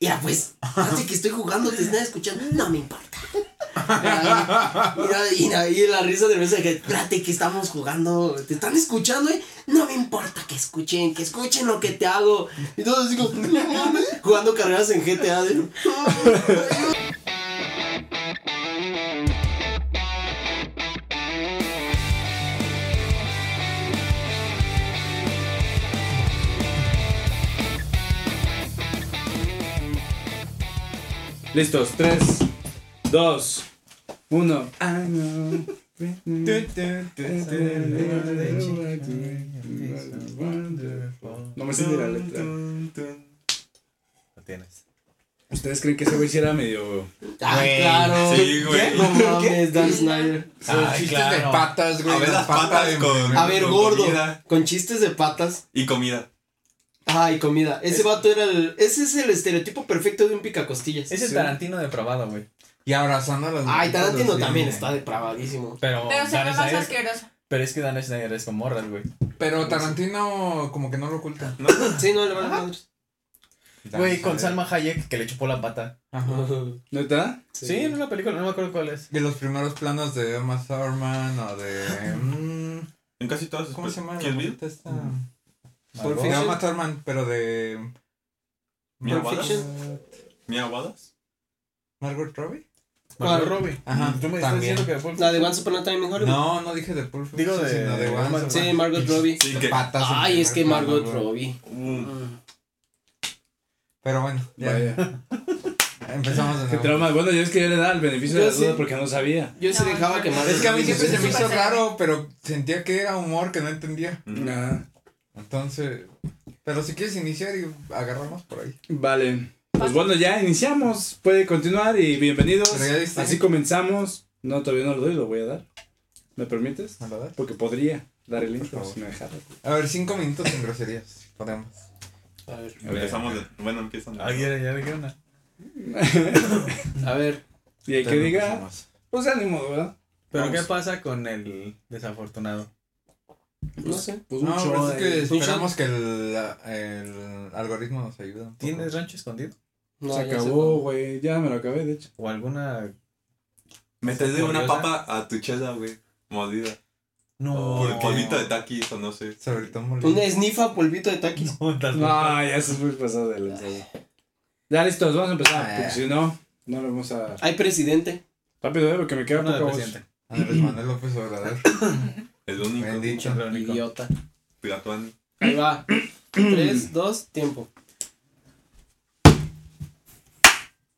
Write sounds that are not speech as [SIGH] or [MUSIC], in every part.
Mira, pues, hace que estoy jugando, te están escuchando. No me importa. Mira, mira, y, la- y la risa de risa de que, espérate que estamos jugando, te están escuchando, eh. No me importa que escuchen, que escuchen lo que te hago. Y todos así como, "No mames", jugando carreras en GTA. de- Listos, 3, 2, 1. No me sé de la letra. No tienes. ¿Ustedes creen que ese güey sí era medio.? Ah, Güey, claro. sí, güey. No mames, Dan Snyder. Ay, chistes claro. de patas, güey. A ver las las patas de- con- A ver, Con gordo, comida. con chistes de patas. Y comida. Ay, comida. Ese vato era el. Ese es el estereotipo perfecto de un picacostillas. Es el Sí. Tarantino depravado, güey. Y abrazando a las Ay, mujeres, Tarantino sí, también güey. está depravadísimo. Pero, Oh, Pero se ve Dan más Snyder- asqueroso. pero es que Dan Snyder es con morras, güey. Pero Tarantino como que no lo oculta. Sí, no le vale madres. Güey, con Salma Hayek que le chupó la pata. Ajá. ¿No está? Sí, en una película, no me acuerdo cuál es. De los primeros planos de Emma Thurman o de... mm, En casi todas sus ¿Cómo se llama? la ¿Quieres ver? morrita esta? Mm. Pulp Malboro. Fiction. No, Emma Thurman, pero de... Mia Pulp Wallace. Fiction. Mia Wallace. Margot Robbie. Margot Robbie. Ajá, Tú me estás también. diciendo que Pulp Ah, La de Once Upon a Time in Hollywood. No, no dije de Pulp Digo Fiction, de- sino de Once Upon a Sí, Margot Robbie. Sí, que. Patas en Ay, es que primer plano, Margot güey. Robbie. Uh, Pero bueno, ya Vaya. empezamos de Qué nuevo. trauma. Bueno, yo es que yo le daba el beneficio de Yo la duda sí. porque no sabía. Yo sí No, dejaba no, que no. Margot Es que a mí Robbie siempre se me se- hizo raro, pero sentía que era humor que no entendía. mm. Entonces, pero si quieres iniciar y agarramos por ahí. Vale. Pues bueno, ya iniciamos. Puede continuar y bienvenidos. Pero ya diste. Así comenzamos. No, todavía no lo doy, lo voy a dar. ¿Me permites? ¿Me lo das? Porque podría dar el intro favor. si me dejara. A ver, cinco minutos sin groserías. Podemos. A ver. mm, Empezamos de. Bueno, empiezan. Ah, ya, ya dije una. A ver. [LAUGHS] Y el que Entonces diga, empezamos. pues ánimo, ¿verdad? Pero Vamos. ¿qué pasa con el desafortunado? No sé. Pues No, mucho, pero es que eh. un esperamos que el, el algoritmo nos ayude. un poco. ¿Tienes rancho escondido? No, se ya acabó, güey. Ya me lo acabé, de hecho. ¿O alguna...? Métete una Curiosa. papa a tu chela, güey. Mordida. No. Oh. Por polvito de taquis o no sé. Sobre todo sé. molido. Una esnifa polvito de taquis. No, estás No, ya eso es muy pasado de lanza. güey. Ya listos, vamos a empezar. Ah, Porque ya. si no, no lo vamos a. Hay presidente. Rápido, eh, porque me queda Una de poca voz. presidente. Andrés Manuel López Obrador. El único. Bendito. Siempre único. Idiota. Piratuán. Ahí va. Tres, dos, tiempo.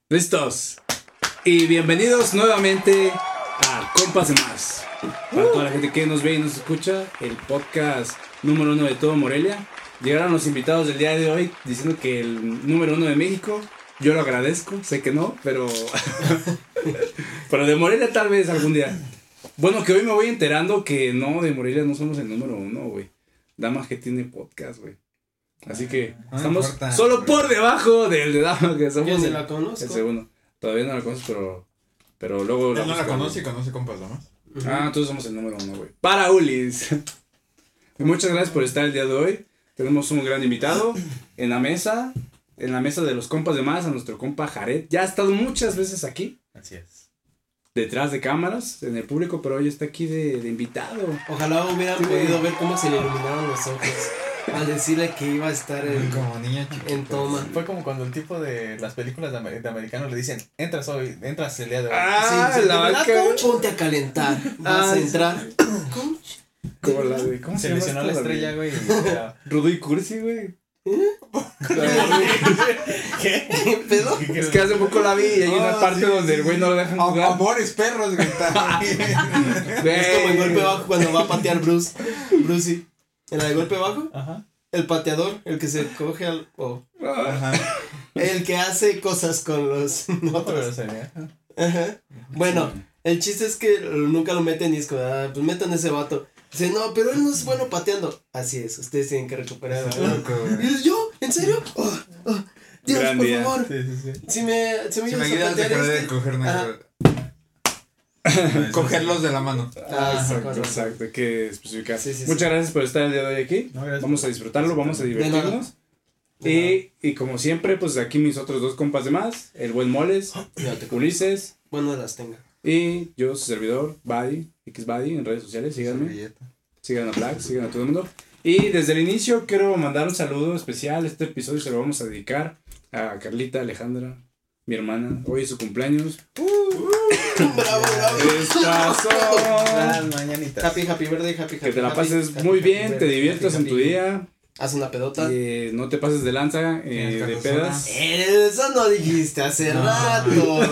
Listos. Y bienvenidos nuevamente a Compas de Más. Para toda la gente que nos ve y nos escucha, el podcast número uno de todo Morelia. Llegaron los invitados del día de hoy diciendo que el número uno de México. Yo lo agradezco, sé que no, pero. [LAUGHS] pero de Morelia tal vez algún día. Bueno, que hoy me voy enterando que no, de Morelia no somos el número uno, güey. Damas que tiene podcast, güey. Así que Ah, No estamos importa. solo por debajo del de Damas que somos Yo ni el- la el conozco. segundo. Todavía no la conoces, pero. Pero luego. Él no la buscamos. conoce y conoce compas nomás. Ujú. Ah, entonces somos el número uno, güey. Para Ulis. [LAUGHS] Muchas gracias por estar el día de hoy. Tenemos un gran invitado en la mesa. En la mesa de los compas de más, a nuestro compa Jared. Ya ha estado muchas veces aquí, Así es. detrás de cámaras, en el público, pero hoy está aquí de, de invitado. Ojalá hubieran Sí. podido ver cómo se le iluminaron los ojos al decirle que iba a estar [LAUGHS] en, Como niña chiquita. en toma. Fue como cuando el tipo de las películas de, amer- de americanos le dicen, entras hoy, entras el día de hoy. Ah, Sí, sí, la ¿verdad, vaca. coach? Ponte a calentar. Vas Ah, a sí. entrar. Coach. Como la de- ¿Cómo se, Se llama lesionó la esta? estrella, güey. y era- Rudo y Cursi, güey. ¿Eh? ¿Qué? ¿Qué pedo? ¿Qué Es crees? que hace poco la vi y hay una Ah, parte sí, donde sí, Ah, el güey no lo dejan Am- jugar. Amores perros, güey. [LAUGHS] también. Es como el Güey. golpe bajo cuando va a patear Bruce. Brucey. En la de golpe bajo, Ajá. el pateador, el que se coge al. o Ah. Ajá. [LAUGHS] el que hace cosas con los [LAUGHS] Otra otros. sería. Ajá. Bueno, el chiste es que nunca lo meten y es como, ah, pues metan a ese vato. Dice, no, pero él no es bueno pateando. Así es, ustedes tienen que recuperar. Está ¿verdad? loco, Y güey. yo, ¿yo? ¿En serio? Oh, oh, Dios, Gran por día. favor. Sí, sí, sí. Si me, si me Si ayudas a me ayudas, patear dejaré de este- cogerme. Ajá. Cogerlos de la mano. Ah, Ah, exacto, con razón. exacto, hay que especificar. Sí, sí, sí. Muchas gracias por estar el día de hoy aquí. No, gracias. Vamos a disfrutarlo, vamos a nada. divertirnos. Y, y como siempre, pues aquí mis otros dos compas de más, el buen Moles, Ya Ah, te- Ulises Bueno, las tenga. y yo, su servidor, Buddy, XBuddy en redes sociales, síganme. Servilleta. Sigan a Black, sigan a todo el mundo. Y desde el inicio quiero mandar un saludo especial. Este episodio se lo vamos a dedicar a Carlita Alejandra, mi hermana. Hoy es su cumpleaños. Bravo, Eh, ¡Despazón! Las mañanitas. Happy, happy verde, happy, happy. Que te la happy, pases happy, muy happy bien, te birthday, diviertas happy, en tu happy. día, Haz una pedota. eh, no te pases de lanza eh, Tienes de que pedas. Eso no dijiste hace No. [LAUGHS] rato.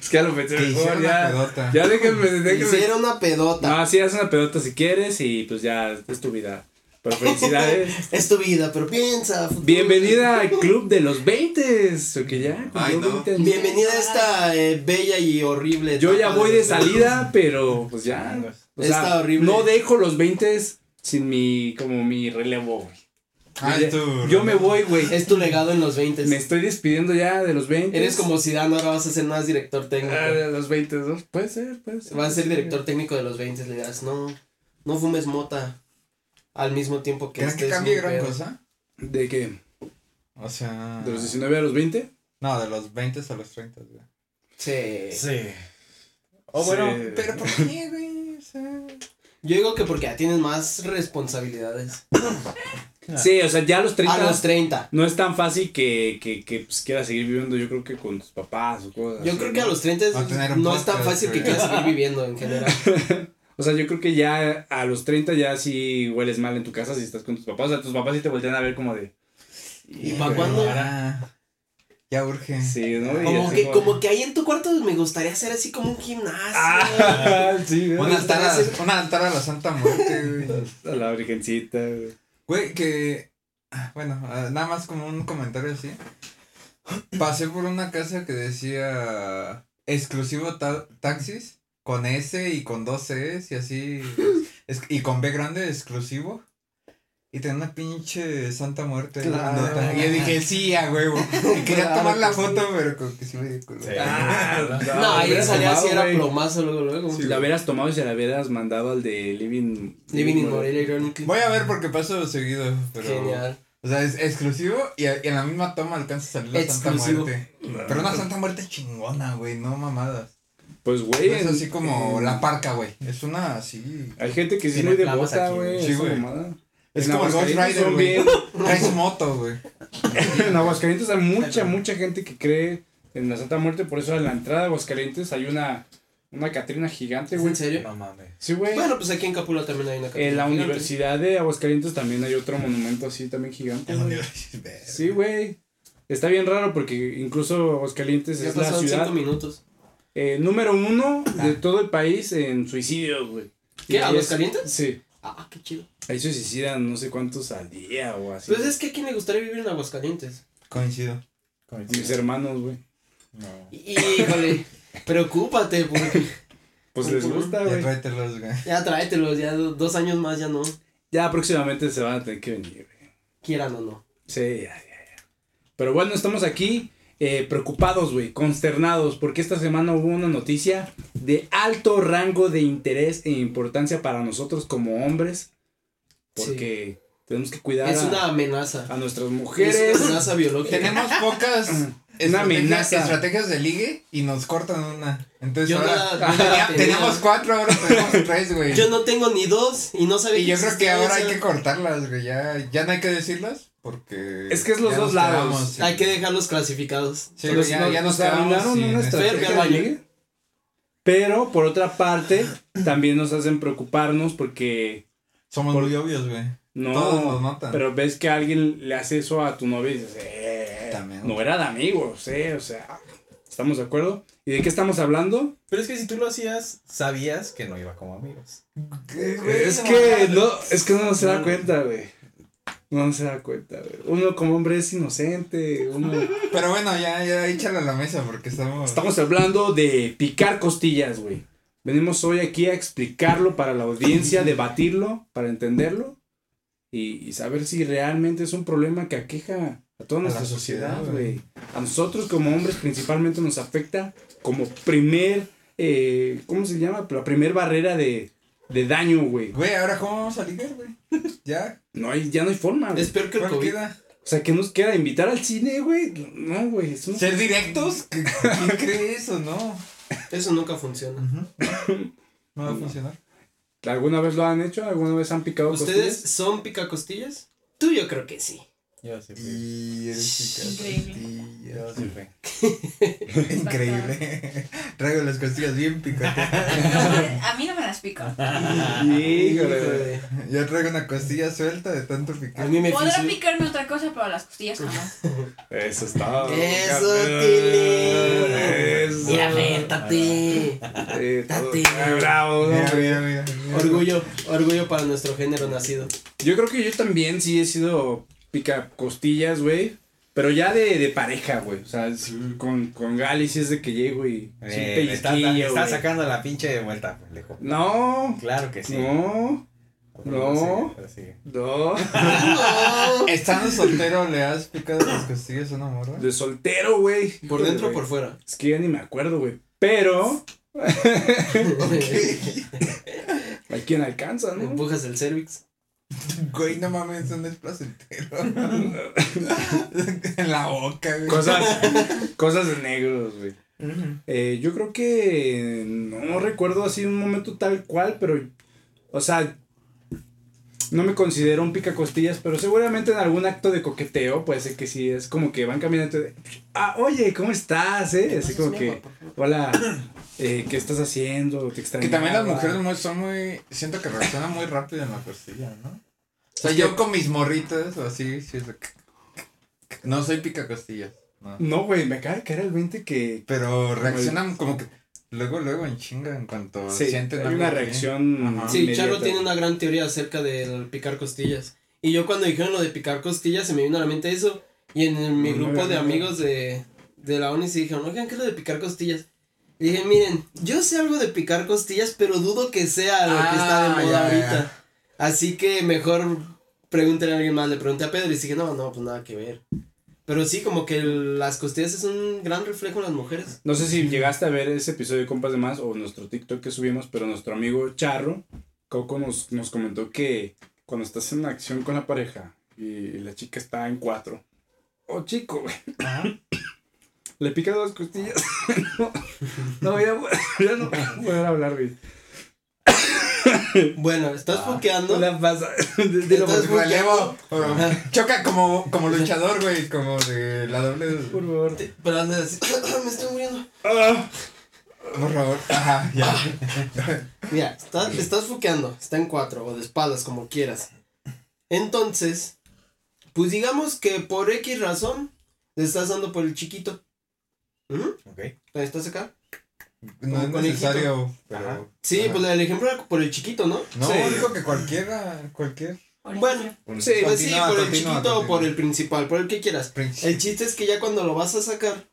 Es que ya lo pensé Te mejor, hicieron la ya. pedota. Ya déjenme, déjenme. Hicieron una pedota. No, sí, haz una pedota si quieres y pues ya es tu vida. [LAUGHS] Pero felicidades. Es tu vida, pero piensa. a futuro. Bienvenida al club de los 20 o que ya. Ay, cumplió no. 20 años. Bienvenida a esta eh, bella y horrible. Yo ya etapa voy de los veinte. salida, pero pues ya. O sea, Está horrible. No dejo los 20 sin mi, como mi relevo. güey. Ay, tú. Yo me voy, güey. Es tu legado en los 20. Me estoy despidiendo ya de los 20. Eres como Zidane, ahora vas a ser más director Ah, técnico. de los 20, ¿no? Puede ser, puede ser. Vas a ser director técnico de los 20. Le dirás, no, no fumes mota al mismo tiempo que ¿Crees que estés Este cambie muy gran pedo". cosa? ¿De qué? O sea. ¿De los 19 a los 20? No, de los 20 a los 30, güey. Sí. Sí. Oh, O bueno, Sí. Oh, Pero ¿por qué, güey? O sea. Yo digo que porque ya tienes más responsabilidades. Ah. Sí, o sea, ya a los 30. A los 30. No es tan fácil que, que, que pues, quieras seguir viviendo, yo creo que con tus papás o cosas. Yo así, creo que Pues ¿no? a los 30 Va a tener es- un no es tan podcast, fácil que güey. quieras [LAUGHS] seguir viviendo en general. O sea, yo creo que ya a los 30 ya sí hueles mal en tu casa si estás con tus papás. O sea, tus papás sí te voltean a ver como de. ¿Y para cuándo? Ahora, Ya urge. Sí, ¿no? Y Como así que, como que ahí en tu cuarto me gustaría hacer así como un gimnasio. [LAUGHS] Ah, sí, ¿no? Un Buenas altar, tardes. a, un altar a la Santa Muerte, güey. A la virgencita. güey. Güey, que. ah, Bueno, ah, nada más como un comentario así. Pasé por una casa que decía exclusivo ta- taxis con S y con dos Cs [LAUGHS] y así. es- y con B grande exclusivo. Y tenía una pinche Santa Muerte. ahí Claro. grandota. Y yo dije, sí, a huevo. [LAUGHS] Y quería Claro tomar la que foto, pero como que sí me dio culo. Sí. Ah, [LAUGHS] No, ahí hubiera salía tomado, así, era güey. plomazo luego, luego. Si la hubieras tomado y se la hubieras mandado al de Living. Living in Morelia, ironically. Voy a ver porque paso seguido, pero. Genial. O sea, es exclusivo y, a- y en la misma toma alcanza a salir la Exclusivo. Santa Muerte. Pero una Santa Muerte chingona, güey, no mamadas. Pues, güey. No es en- así como en- la parca, güey. Es una así. Hay gente que sí es Tiene muy clavos devota, aquí, güey. güey. Sí, esa güey. mamada. [LAUGHS] Es En como el Ghost Aguascalientes Rider, son güey. bien- Traes moto, güey. En Aguascalientes hay mucha, mucha gente que cree en la Santa Muerte, por eso en la entrada de Aguascalientes hay una, una Catrina gigante, ¿Es güey. en serio? No mames. Sí, güey. Bueno, pues aquí en Capula también hay una en la capilla gigante. Universidad de Aguascalientes también hay otro monumento así también gigante. güey. Sí, güey. Está bien raro porque incluso Aguascalientes Ya es la pasaron ciudad cinco minutos. eh, número uno de todo el país en suicidios, güey. ¿Qué, Y ahí es- Aguascalientes? Sí. Ah, qué chido. Ahí se suicidan no sé cuántos al día o así. Pues es que a quién le gustaría vivir en [LAUGHS] Aguascalientes. Coincido. Con el Mis chile. hermanos, güey. No. Híjole, preocúpate, porque Pues les gusta, Ya güey. tráetelos, güey. ya tráetelos, ya do- dos años más ya no. Ya próximamente se van a tener que venir, güey. Quieran o no. Sí, ya, ya, ya. Pero bueno, estamos aquí eh, preocupados, güey, consternados, porque esta semana hubo una noticia de alto rango de interés e importancia para nosotros como hombres, porque tenemos que cuidar Es a, una amenaza. a nuestras Es mujeres. una amenaza biológica. Tenemos pocas estrategias- amenaza. estrategias de ligue y nos cortan una. Entonces Yo no ahora la- yo no [LAUGHS] la tenía- tenía. tenemos cuatro, ahora tenemos tres, güey. Yo no tengo ni dos y no sabía Y yo creo que existía ahora hay esa. que cortarlas, güey. Ya, ya no hay que decirlas porque. Es que es los ya dos nos lados. quedamos, sí. Hay que dejarlos clasificados. Sí, Entonces, güey, ya, no- ya nos nos arruinaron quedamos sin una estrategia. Fer, ve al baño. Ligue. Pero por otra parte, también nos hacen preocuparnos porque este, Somos muy obvios, güey. no. Todos nos notan. Pero ves que alguien le hace eso a tu novia y dices, eh, También. no era de amigos, eh, o sea, ¿estamos de acuerdo? ¿Y de qué estamos hablando? Pero es que si tú lo hacías, sabías que no iba como amigos. Ah, es que no, es que uno no se da cuenta, güey. No se da cuenta, güey. Uno como hombre es inocente, uno... Pero bueno, ya, ya échala a la mesa porque estamos. Estamos hablando de picar costillas, güey. Venimos hoy aquí a explicarlo para la audiencia, debatirlo, para entenderlo y, y saber si realmente es un problema que aqueja a toda A nuestra la sociedad, sociedad, güey. güey. A nosotros como hombres principalmente nos afecta como primer, eh, ¿cómo se llama? La primer barrera de, de daño, güey. Güey, ahora cómo vamos a ligar, güey. Ya, [LAUGHS] No hay, ya no hay forma, güey. Es peor que el ¿cuál COVID. queda? O sea, ¿qué nos queda? ¿Invitar al cine, güey? No, güey. es una- ¿Ser directos? ¿Qui- ¿Quién cree eso? No. Eso nunca Mm. funciona. No va a funcionar. ¿Alguna vez lo han hecho? ¿Alguna vez han picado ¿Ustedes son picacostillas? Tú yo creo que sí. Yo sí fui. Y el Yo chica sí fui. [LAUGHS] Increíble. Traigo las costillas bien picantes. A mí no me las pico. Ah, costillas? Híjole. Híjole. [LAUGHS] Yo traigo una costilla suelta de tanto A picar. mí me Podrá fisura- picarme otra cosa, pero las costillas jamás. Eso está. Oh, Eso, Tilly. Eso. Mira, véntate. [LAUGHS] Sí, todo- Tati. Ah, bravo, ¿no? Mira, mira, mira. mira. Orgullo, orgullo para nuestro género [LAUGHS] nacido. Yo creo que yo también sí he sido pica costillas, güey. Pero ya de, de pareja, güey. O sea, es- con, con Gali sí es de que llego y. es un Eh, me está, pellizquillo, está güey. sacando la pinche de vuelta, pendejo. No, Claro que sí. no, No. Pero sigue, no. Estando soltero, ¿le has picado las costillas a una morra? De soltero, güey. Por dentro o Güey. por [LAUGHS] fuera. Es que ya ni me acuerdo, güey. Pero hay quien alcanza, ¿no? Empujas el cervix. Güey, no mames, eso no es placentero. [LAUGHS] en la boca, güey. Cosas, [LAUGHS] cosas de negros, güey. Ujú. Eh, yo creo que no recuerdo así un momento tal cual, pero, o sea, no me considero un picacostillas, pero seguramente en algún acto de coqueteo puede ser que sí, es como que van caminando, y te- ah, oye, ¿cómo estás? Eh? Así como que, hola, eh, ¿qué estás haciendo? Te Que extrañaba. también las mujeres muy- son muy. Siento que reaccionan muy rápido en la costilla, ¿no? O sea, Es yo que- con mis morritas o así, sí es de que- No soy pica costillas, no. No, güey, me acaba de caer el 20 que... Pero reaccionan como que. Luego, luego en chinga, en cuanto Sí, sienten hay algo una así. reacción. Ajá. Sí, Charlo inmediata. tiene una gran teoría acerca del picar costillas. Y yo cuando dijeron lo de picar costillas se me vino a la mente eso. Y en el- mi No, no, grupo no, de no. amigos de, de la ONI se dijeron, oigan, ¿qué es lo de picar costillas? Y dije, miren, yo sé algo de picar costillas, pero dudo que sea lo que está de Ah, moda ya, ya. ahorita. Así que mejor pregúntenle a alguien más. Le pregunté a Pedro y dije, no, no, pues nada que ver. Pero sí, como que el- las costillas es un gran reflejo en las mujeres. No sé si llegaste a ver ese episodio de Compas de Más o nuestro TikTok que subimos, pero nuestro amigo Charro, Coco, nos, nos comentó que cuando estás en acción con la pareja y la chica está en cuatro. Oh, chico, güey. Le pica dos costillas. [LAUGHS] no, no, ya, ya no voy a poder hablar, güey. Bueno, estás Ah, foqueando. No la [LAUGHS] pasa. Dilo, Entonces, pues, por Relevo. bro. Choca como, como luchador, güey. Como de la doble. favor. Te- Pero andas así, [CLEARS THROAT] me estoy muriendo. Ah, Por favor. Ajá, ya. Mira, está- estás fuqueando, está en cuatro o de espaldas, como quieras. Entonces, pues digamos que por X razón le estás dando por el chiquito. ¿Mm? ok. ¿Estás acá? No es Con conejito. necesario, pero. Ajá. Sí, Ajá. pues el ejemplo era por el chiquito, ¿no? No, Sí. digo que cualquiera, cualquier Bueno, Un- Sí, pues sí, continúa, por el continúa, chiquito o continúa. por el principal, por el que quieras. príncipe. El chiste es que ya cuando lo vas a sacar,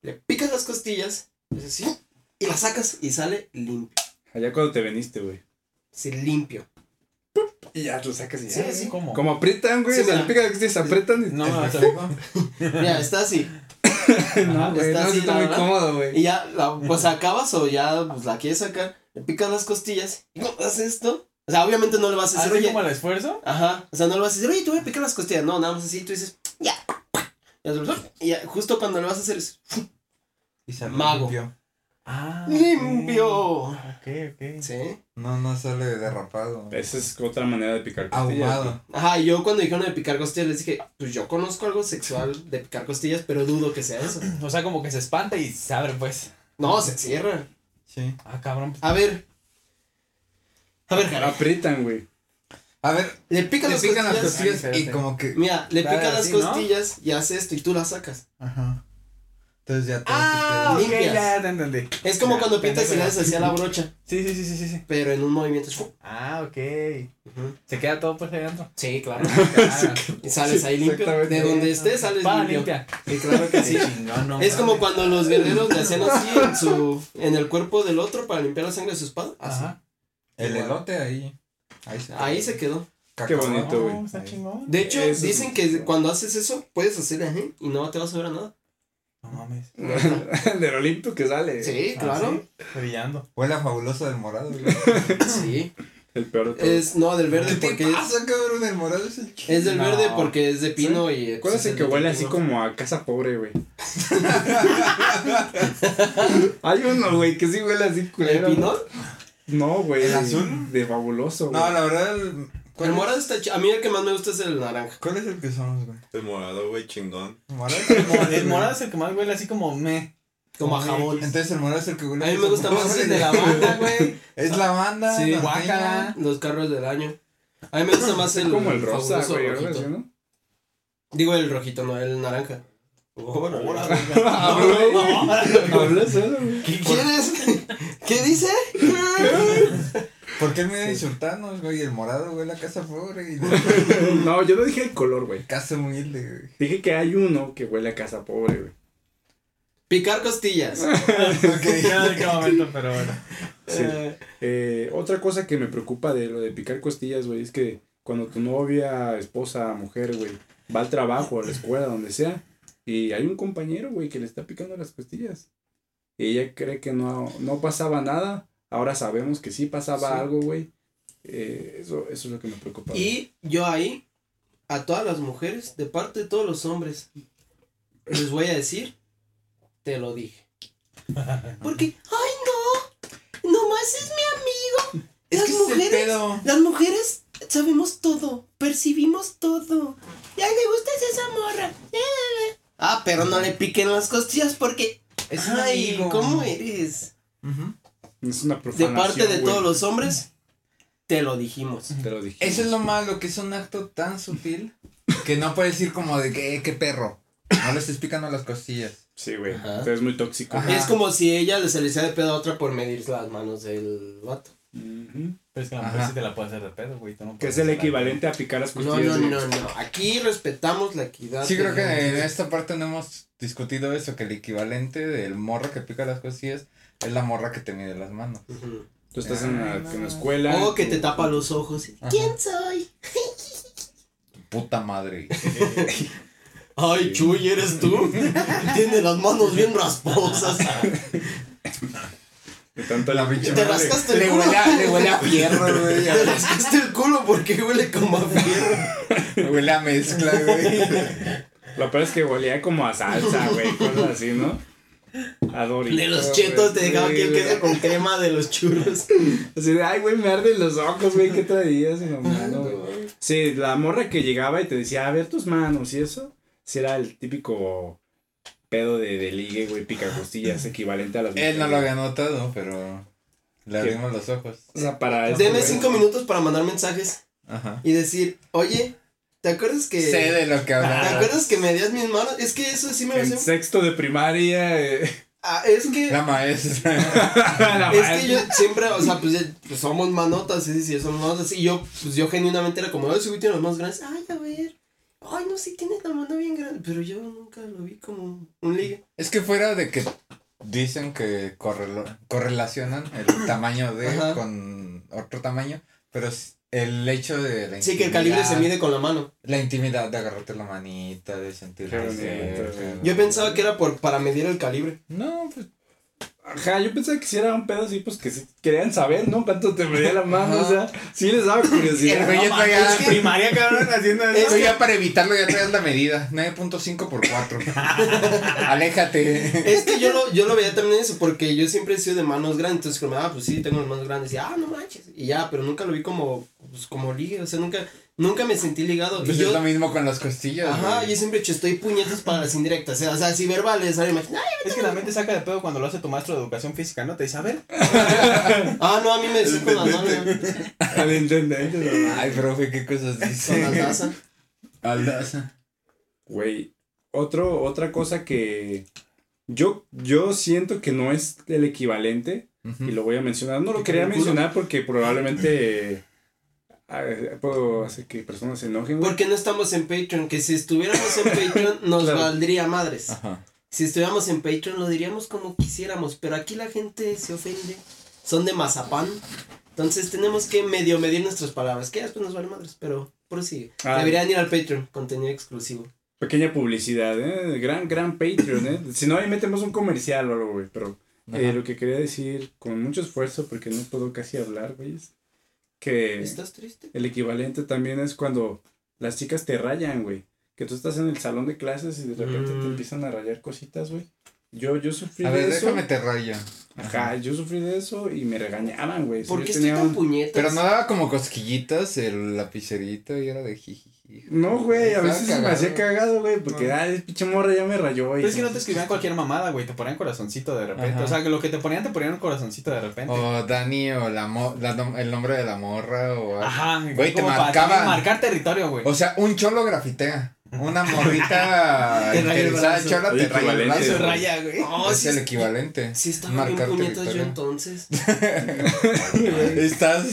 le picas las costillas, es así, y la sacas y sale limpio. Allá cuando te veniste, güey. Sí, limpio. Y ya lo sacas y Sí, ya. sí. ¿Cómo? Como aprietan, güey. Sí, o sea, mira. le pica las costillas, aprietan y No, ¿El o sea, reflejo? Mira, está así. [LAUGHS] No, güey, Está no, así, está la muy verdad. cómodo, güey. Y ya, la, pues acabas o ya pues, la quieres sacar, le picas las costillas, y no, haz esto. O sea, obviamente no le vas a decir, ¿Así oye, como el esfuerzo? ajá, o sea, no le vas a decir, oye, te voy a picar las costillas. No, nada más así, tú dices, ya. Y, haces, y ya, justo cuando le vas a hacer es Y sale Mago. limpio. Ah. ok. limpio. Ok, ok. Sí. No, no sale derrapado. Esa es otra manera de picar costillas. güey. Ahumado. Ajá, y yo cuando dijeron de picar costillas les dije, pues yo conozco algo sexual de picar costillas, pero dudo que sea eso. O sea, como que se espanta y se abre, pues. No, se cierra. Sí. Ah, cabrón. A ver. A ver, Jara, Aprietan, güey. [LAUGHS] A ver, le pican le las pican las costillas. costillas Ay, y como que. Mira, le Dale, pican las así, ¿no? costillas y hace esto y tú las sacas. Ajá. Entonces ya todo Ah, se ok, Limpias. ya, ya te entendí. Es como Ya, cuando pintas y le pendejo, haces así a la brocha, Sí, sí, sí, sí, sí, sí. pero en un movimiento. es fu- Ah, ok. Se queda todo pues ahí adentro. [LAUGHS] Sí, claro. Ah, Y sales ahí limpio. Exactamente. De donde estés sales para limpio. limpia. Sí, claro que sí. Chingón, no Es como mames. cuando los guerreros le hacían así en su en el cuerpo del otro para limpiar la sangre de su espada. Así. Ajá. queda. El elote ahí. Ahí se, Ahí se quedó. Qué bonito, güey. No, está Ahí. chingón. De hecho, Eso dicen sí. que cuando haces eso puedes hacer así y no te va a sobrar nada. No mames. Del Olimpo que sale. Sí, Ah, claro. [LAUGHS] sí, Brillando. Huele a fabuloso del morado, güey. Sí. El peor de todos. Es, no, del verde ¿Qué te porque es, pasa, cabrón? El morado es el chido. es del No. verde porque es de pino y. pues, ¿Cuál es el que huele así como a casa pobre, güey? [LAUGHS] Hay uno, güey, que sí huele así ¿El culero. pino? No, güey. ¿El azul? De fabuloso, güey. No, la verdad, el... ¿cuál, El morado está ch- A mí el que más me gusta es el naranja. cuál es el que somos, güey? El morado, güey, [LAUGHS] chingón. [LAUGHS] ¿El morado? El morado es el que más huele así como me. Como a jabón. Entonces el morado es el que huele. A mí me gusta más el de la banda, [LAUGHS] banda güey. Es la banda. Sí, norteña. guácala. Los carros del año. A mí me gusta más el. como el rosa, fabuloso güey. algo rojito. así, ¿no? Digo el rojito, no, el naranja. Oh, Órale. [LAUGHS] Ah, Habló, güey. [LAUGHS] Habló solo, güey. ¿Qué quieres? [LAUGHS] ¿Qué [LAUGHS] dice? ¿Por qué el miedo de insultarnos, güey? El morado, güey, la [LAUGHS] casa pobre. Y No, yo no dije el color, güey. casa humilde, güey. [LAUGHS] Dije que hay uno que huele a casa pobre, güey. Picar costillas. Ya en qué momento, pero bueno. Sí. Eh, Eh, otra cosa que me preocupa de lo de picar costillas, güey, es que cuando tu novia, esposa, mujer, güey, va al trabajo, a la escuela, donde sea, y hay un compañero, güey, que le está picando las costillas. Y ella cree que no, no pasaba nada. Ahora sabemos que sí pasaba Sí. algo, güey. Eh, eso, eso es lo que me preocupa. güey. y yo ahí, a todas las mujeres, de parte de todos los hombres, les voy a decir, te lo [LAUGHS] dije. Porque, ay no, nomás es mi amigo. Es Las que ese es el mujeres pedo. Las mujeres sabemos todo, percibimos todo. Ya le gustas esa morra. Ah, pero no le piquen las costillas porque. Es un Ay, amigo. ¿cómo eres? Ujú. es una De profanación. parte de güey. todos los hombres, te lo dijimos. Te lo dije. Eso es lo malo, que es un acto tan sutil que no puedes decir como de que, eh, qué perro. No le estés picando las costillas. Sí, güey. Ajá. Entonces es muy tóxico. Ajá. Es como si ella le se le hiciera de pedo a otra por medir las manos del vato. Ujú. Pero es que la mujer Ajá. sí te la puede hacer de pedo, güey. tú no Que puedes es el hacer la- equivalente a picar Pues las No, costillas. no, güey. no, no. Aquí respetamos la equidad. Sí, de creo que las en mujeres. esta parte no hemos discutido eso, que el equivalente del morro que pica las costillas es la morra que te mide las manos. Ujú. Tú estás en la, Ay, no. en la escuela. O que te tú- tapa los ojos. Ajá. ¿Quién soy? Puta madre. [LAUGHS] Ay, Chuy, ¿eres tú? [LAUGHS] Tiene las manos bien rasposas. De tanto la pinche Te madre. rascaste el culo. a, le huele [LAUGHS] a fierro, güey. Te rascaste el culo porque huele como a fierro. Le huele a mezcla, [LAUGHS] güey. Lo peor es que olía como a salsa, güey, cosas así, ¿no? A Doritos. De los chetos te güey. dejaba aquí el Sí, queso güey. con crema de los [LAUGHS] churros. Así de, ay, güey, me arden los ojos, güey, ¿qué traías en la mano, güey? Sí, la morra que llegaba y te decía, a ver tus manos y eso, sí era el típico pedo de, de ligue, güey, [LAUGHS] picacostillas, equivalente a las Él no mujeres. lo había notado, pero le abrimos los ojos. O sea, para eso, Deme güey. cinco minutos para mandar mensajes Ajá. y decir, oye, ¿te acuerdas que. Sé de lo que ¿Te hablaba. acuerdas que me días mis manos? Es que eso sí me En hace. sexto de primaria, eh, [LAUGHS] Ah, es que. La maestra. [LAUGHS] la Es que maestra- yo siempre, o sea, pues, ya, pues, somos manotas, sí, sí, somos manotas. Y yo, pues yo genuinamente era como, ay, ese güey tiene las manos grandes. Ay, a ver. Ay, no, sí, tiene la mano bien grande. Pero yo nunca lo vi como un ligue. Es que fuera de que dicen que correlo- correlacionan el tamaño de Ajá. con otro tamaño, pero s- el hecho de la Sí, que el calibre se intimidad, mide con la mano. La intimidad de agarrarte la manita, de sentir Qué bonito, güey. Yo pensaba que era por, para medir el calibre. No, pues. Ajá, yo pensaba que si era un pedo así, pues que sí querían saber, ¿no? Cuánto te medía la mano, o sea, sí les daba El curiosidad. güey ya No, traía- mames, primaria, cabrón, haciendo eso. Eso ya para evitarlo ya traías la medida. 9.5 [LAUGHS] por 4. Aléjate. Es que yo lo, yo lo veía también eso, porque yo siempre he sido de manos grandes. Entonces, como, ah, pues sí, tengo las manos grandes. Y, ah, no manches. Y ya, pero nunca lo vi como, pues, como ligue. O sea, nunca, nunca me sentí ligado. Y Pues es yo, lo mismo con las costillas. ajá, güey. yo siempre he hecho, estoy puñetas para las indirectas. O sea, así verbales, ahora imagina, Es que la mente saca de pedo cuando lo hace tu maestro de educación física, ¿no? Te dice, a ver, Ah, no, a mí me decían con la mano, Al intendente, ¿no? Ay, profe, qué cosas con la dice. taza. [LAUGHS] Aldaza. Güey, otro, otra cosa que yo, yo siento que no es el equivalente, y lo voy a mencionar, no lo quería mencionar porque probablemente eh, puedo hacer que personas se enojen, güey. Porque no estamos en Patreon, que si estuviéramos en [LAUGHS] Patreon nos Claro. valdría madres. Ajá. Si estuviéramos en Patreon lo diríamos como quisiéramos, pero aquí la gente se ofende. Son de mazapán. Entonces tenemos que medio medir nuestras palabras, que después nos vale madres, pero prosigue. Ah. Deberían ir al Patreon, contenido exclusivo. Pequeña publicidad, ¿eh? Gran, gran Patreon, ¿eh? Si no, ahí metemos un comercial o algo, güey, pero... eh, Ajá. lo que quería decir con mucho esfuerzo, porque no puedo casi hablar, güey, es Que ¿Estás triste? el equivalente también es cuando las chicas te rayan, güey. Que tú estás en el salón de clases y de repente te Mm. empiezan a rayar cositas, güey. Yo, yo sufrí A de ver, eso. déjame te rayo. Ajá, yo sufrí de eso y me regañaban, güey. Si ¿Por yo qué estoy tenía tan un- puñetas? Pero no daba como cosquillitas el lapicerito y era de jiji. No, güey, a Estaba veces me hacía cagado. cagado, güey, porque, No. ah, el pinche morra ya me rayó, y Pero es que no te escribían cualquier mamada, güey. Te ponían corazoncito de repente. Ajá. O sea, que lo que te ponían, te ponían un corazoncito de repente. Oh, O Dani o la, mo- la nom- el nombre de la morra o algo. Ajá, Güey, te como para también marcaban. marcar territorio, güey. O sea, un cholo grafitea. Una morrita [LAUGHS] Te raya el interesada brazo. chola te Oye, raya el equivalente, Eso brazo. es raya, güey. No, es sí, el equivalente. sí estaba Marcar bien puñetas yo territorio. [LAUGHS] entonces. Estás.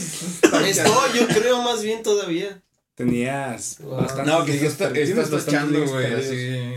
Estoy, yo creo más bien todavía. Tenías Wow. bastante. No, que sí está- estás tachando, güey. Así. Así.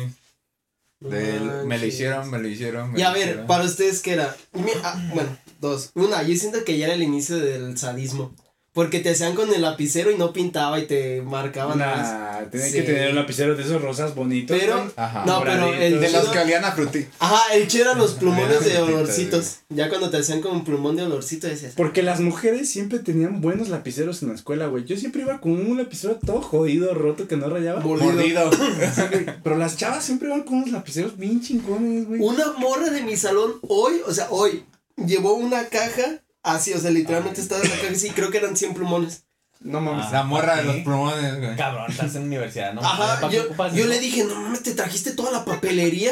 Del, me lo hicieron, me lo hicieron. me Ah, Y a lo ver, hicieron. para ustedes, ¿qué era? Mi- ah, bueno, dos. Una, yo siento que ya era el inicio del sadismo. Porque te hacían con el lapicero y no pintaba y te marcaban más. Nah, tenía Sí. que tener un lapicero de esos rosas bonitos. Pero, Ajá. no, pero el de los chido- que olían a frutí. Ajá, el chido eran los plumones de Era frutita, olorcitos. Ya cuando te hacían con un plumón de olorcito decías. Porque las mujeres siempre tenían buenos lapiceros en la escuela, güey. Yo siempre iba con un lapicero todo jodido, roto, que no [LAUGHS] rayaba. Mordido. Sí, güey. Pero las chavas siempre iban con unos lapiceros bien chingones, güey. Una morra de mi salón hoy, o sea, hoy, llevó una caja así, o sea, literalmente estaba en la caja así, creo que eran 100 plumones. No mames. Ah. La morra de los sí. plumones, güey. Cabrón, estás en universidad, ¿no? Ajá, ¿Para qué yo, ocupas yo eso? le dije, no mames, te trajiste toda la papelería.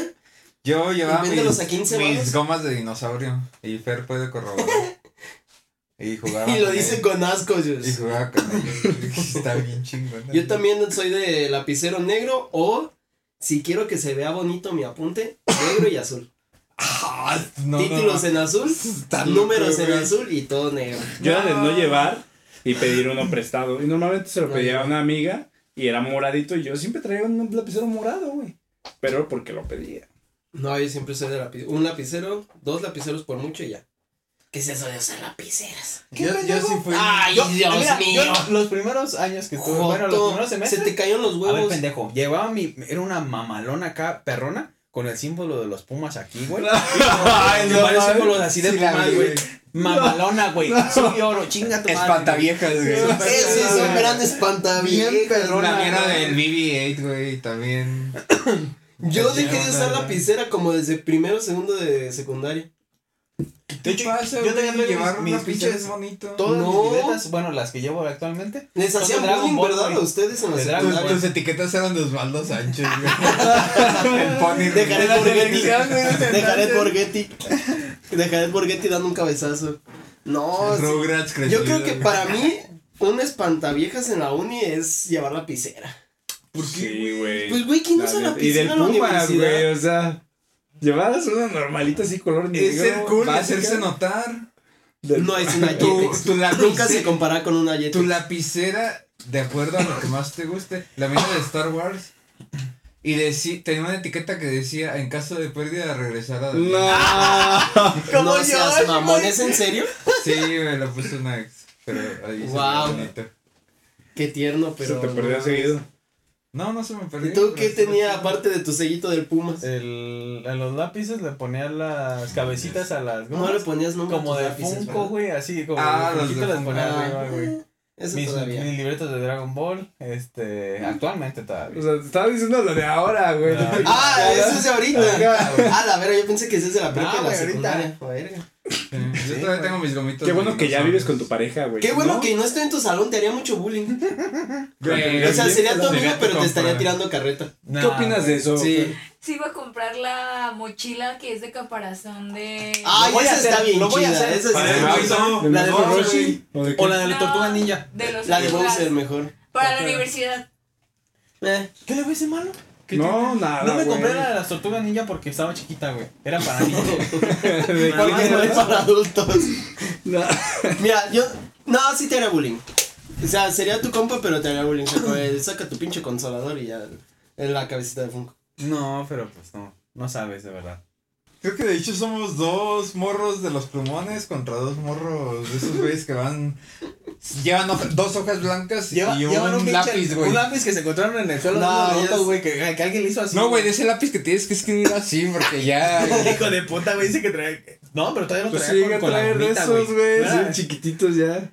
Yo llevaba Y véndelos mis, a 15 mis varos. gomas de dinosaurio. Y Fer puede [LAUGHS] corroborar. y jugaba. Y lo con dice ellos. con asco. Yo, Y jugaba con [LAUGHS] ellos. Está bien chingón. yo también soy de lapicero negro o, si quiero que se vea bonito mi apunte, negro y azul. Ah, [LAUGHS] no, no, Títulos no. en azul, Está números loco, en güey. azul y todo negro. Yo era de no llevar y pedir uno prestado. Y normalmente se lo No pedía a llevar. una amiga y era moradito. Y yo siempre traía un lapicero morado, güey. Pero porque lo pedía. No, yo siempre soy de lapicero. Un lapicero, dos lapiceros por mucho y ya. ¿Qué es eso de usar lapiceras? Yo, yo sí fui. Ay, Yo- Dios mira, mío. yo los primeros años que estuve, Joto, bueno, los primeros se semestres. te cayeron los A ver, huevos. pendejo, llevaba mi, era una mamalona acá, perrona, con el símbolo de los pumas aquí, güey. Ay, Y varios mames. símbolos así de Sí, la pumas, vi, güey. güey. Mamalona, güey. Soy oro, chinga tu madre. Espantaviejas, güey. Sí, sí, son gran espantaviejas. Bien perrona. La güey. mierda del BB-8, güey. También. Yo dejé de Perrona, usar güey. lapicera como desde primero segundo de secundaria. De hecho, yo yo tenía tenía que mis- llevar mis unas pinches pinches- bonitos. Todas No. mis libretas, bueno, las que llevo actualmente. Les son de hacían Dragon bullying, Ball, ¿verdad? A güey. ustedes en la De Dragon Tus, Ball. secundaria. tus etiquetas eran de Osvaldo Sánchez, güey. El pony. De Jared Borghetti. De Jared Dejaré Borghetti. De Jared Borghetti dando un cabezazo. No, sí. Rugrats yo crecido, creo que güey. para mí un espantaviejas en la uni es llevar lapicera. ¿Por qué? Sí, güey. Pues güey, ¿quién usa La neta. Y lapicera en del la Pumas, universidad? güey, o sea. Llevadas una normalita así color Es negro. el cool de básica. hacerse notar. Del- No es una Tu, Yetex. tu, Nunca se lapicera, compara con una tu Yetex. lapicera, de acuerdo a lo que más te guste. La mía de Star Wars. Y decí- tenía una etiqueta que decía: en caso de pérdida, regresar a. No. No seas mamón, ¿es en serio? Sí, me la puso una ex. Pero ahí Guau. se me bonito. Qué tierno, Se pero. te perdió no. seguido. No, no se me perdió. ¿Y tú pero qué estuvo tenía chido. aparte de tu sellito del Pumas? Eh, El, a los lápices le ponía las cabecitas a las No le ponías nombre. a como tus de lápices, Funko, ¿verdad? güey, así como Ah, de los de Funkito les Funko. ponía Ah. arriba, güey. Eso Mis, todavía. mis libretos de Dragon Ball, este, actualmente O todavía. sea, te estaba diciendo lo de ahora, güey. No. Ah, eso es de ahorita. Ajá. Ah, la verga, yo pensé que ese es de la prepa No, y la güey, ahorita. secundaria. Verga. Sí, Yo todavía tengo mis gomitos. Qué de bueno que ya dinosaurio. vives con tu pareja, güey. Qué bueno ¿No? que no estoy en tu salón, te haría mucho bullying. Güey, O sea, sería tu amigo, tu pero te compa. estaría tirando carreta. ¿Qué opinas de eso? Sí. Sí, iba a comprar la mochila que es de caparazón de. Ay, voy a esa hacer, está bien lo voy a chida. hacer. Esa sí Para el está bien. Bowser. La de Roshi? Roshi. ¿O de qué? O la de la No, tortuga ninja. De los La de Tortugas. Bowser, mejor. Para la universidad. Eh, ¿Qué le ves de malo? ¿Qué tiene? No, nada, No me güey. compré la de las tortugas ninja porque estaba chiquita, güey. Era para [LAUGHS] niños. ¿De Porque qué? no es para adultos. No. Mira, yo. No, sí te haría bullying. O sea, sería tu compa, pero te haría bullying. O sea, con el- saca tu pinche consolador y ya. En la cabecita de Funko. no, pero pues no. No sabes, de verdad. Creo que de hecho somos dos morros de los plumones contra dos morros de esos güeyes que van. Llevan hoja- dos hojas blancas y un, pinche- lápiz, güey. Un lápiz que se encontraron en el suelo. No, No, ya sé. güey. Que, que alguien le hizo así. No, güey, de ese lápiz que tienes que escribir así porque ya. [LAUGHS] Hijo de puta, güey. Dice que trae. No, pero todavía no Pues traía sí, con, llega a con la traer de gomita, esos, güey. No era- Sí, chiquititos ya.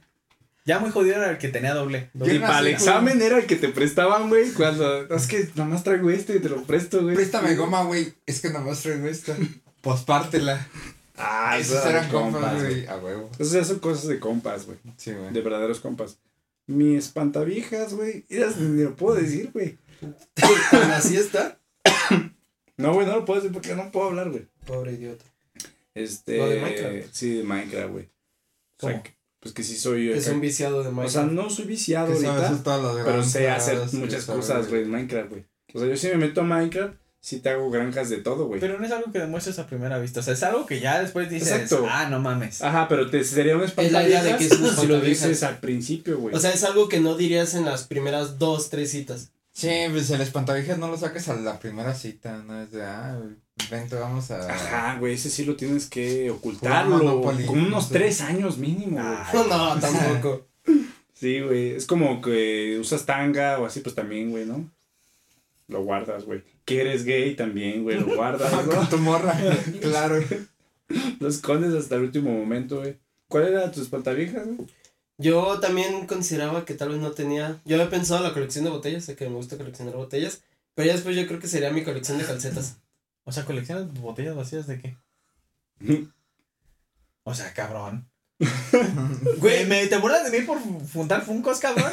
Ya muy jodido era el que tenía doble. doble. Y Llega para el así, examen era el que te prestaban, güey. Cuando. Es que nada más traigo este y te lo presto, güey. Préstame goma, güey. Es que nomás traigo esta. Pues pártela. Ah, Esos eran compas, güey. güey. A huevo. Esas ya son cosas de compas, güey. Sí, güey. De verdaderos compas. Mi espantaviejas, güey. Eras, ni lo puedo decir, güey. ¿Tan así está? [COUGHS] No, güey, no lo puedo decir porque no puedo hablar, güey. Pobre idiota. Este. ¿Lo de Minecraft? Sí, de Minecraft, güey. O sea, ¿Cómo? que- pues que sí soy yo. Es acá. un viciado de o Minecraft. sea, no soy viciado Que sabes ahorita. hacer todas las Pero sé granjas, hacer que muchas sabes- cosas, güey, en Minecraft, güey. O sea, yo si me meto a Minecraft, sí te hago granjas de todo, güey. Pero no es algo que demuestres a primera vista. O sea, es algo que ya después dices, Exacto. ah, no mames. Ajá, pero te sería un idea de que es un si lo espantaviejas. dices al principio, güey. O sea, es algo que no dirías en las primeras dos, tres citas. Sí, pues el espantaviejas no lo saques a la primera cita, no es de, ah, vente, vamos a... Ajá, güey, ese sí lo tienes que ocultarlo. Monopoly. Con unos Sí. tres años mínimo, No, güey. no, tampoco. [LAUGHS] Sí, güey. Es como que usas tanga o así, pues también, güey, ¿no? Lo guardas, güey. Que eres gay también, güey, lo guardas, [LAUGHS] [LAUGHS] Con ¿no? tu morra, claro. Lo escondes hasta el último momento, güey. ¿Cuál era tu espantaviejas, güey? Yo también consideraba que tal vez no tenía. Yo había pensado la colección de botellas, sé que me gusta coleccionar botellas. Pero ya después yo creo que sería mi colección de [LAUGHS] calcetas. O sea, coleccionas botellas vacías de qué? O sea, [LAUGHS] cabrón. Güey, ¿me, ¿te burlas de mí por juntar funcos, [LAUGHS] cabrón?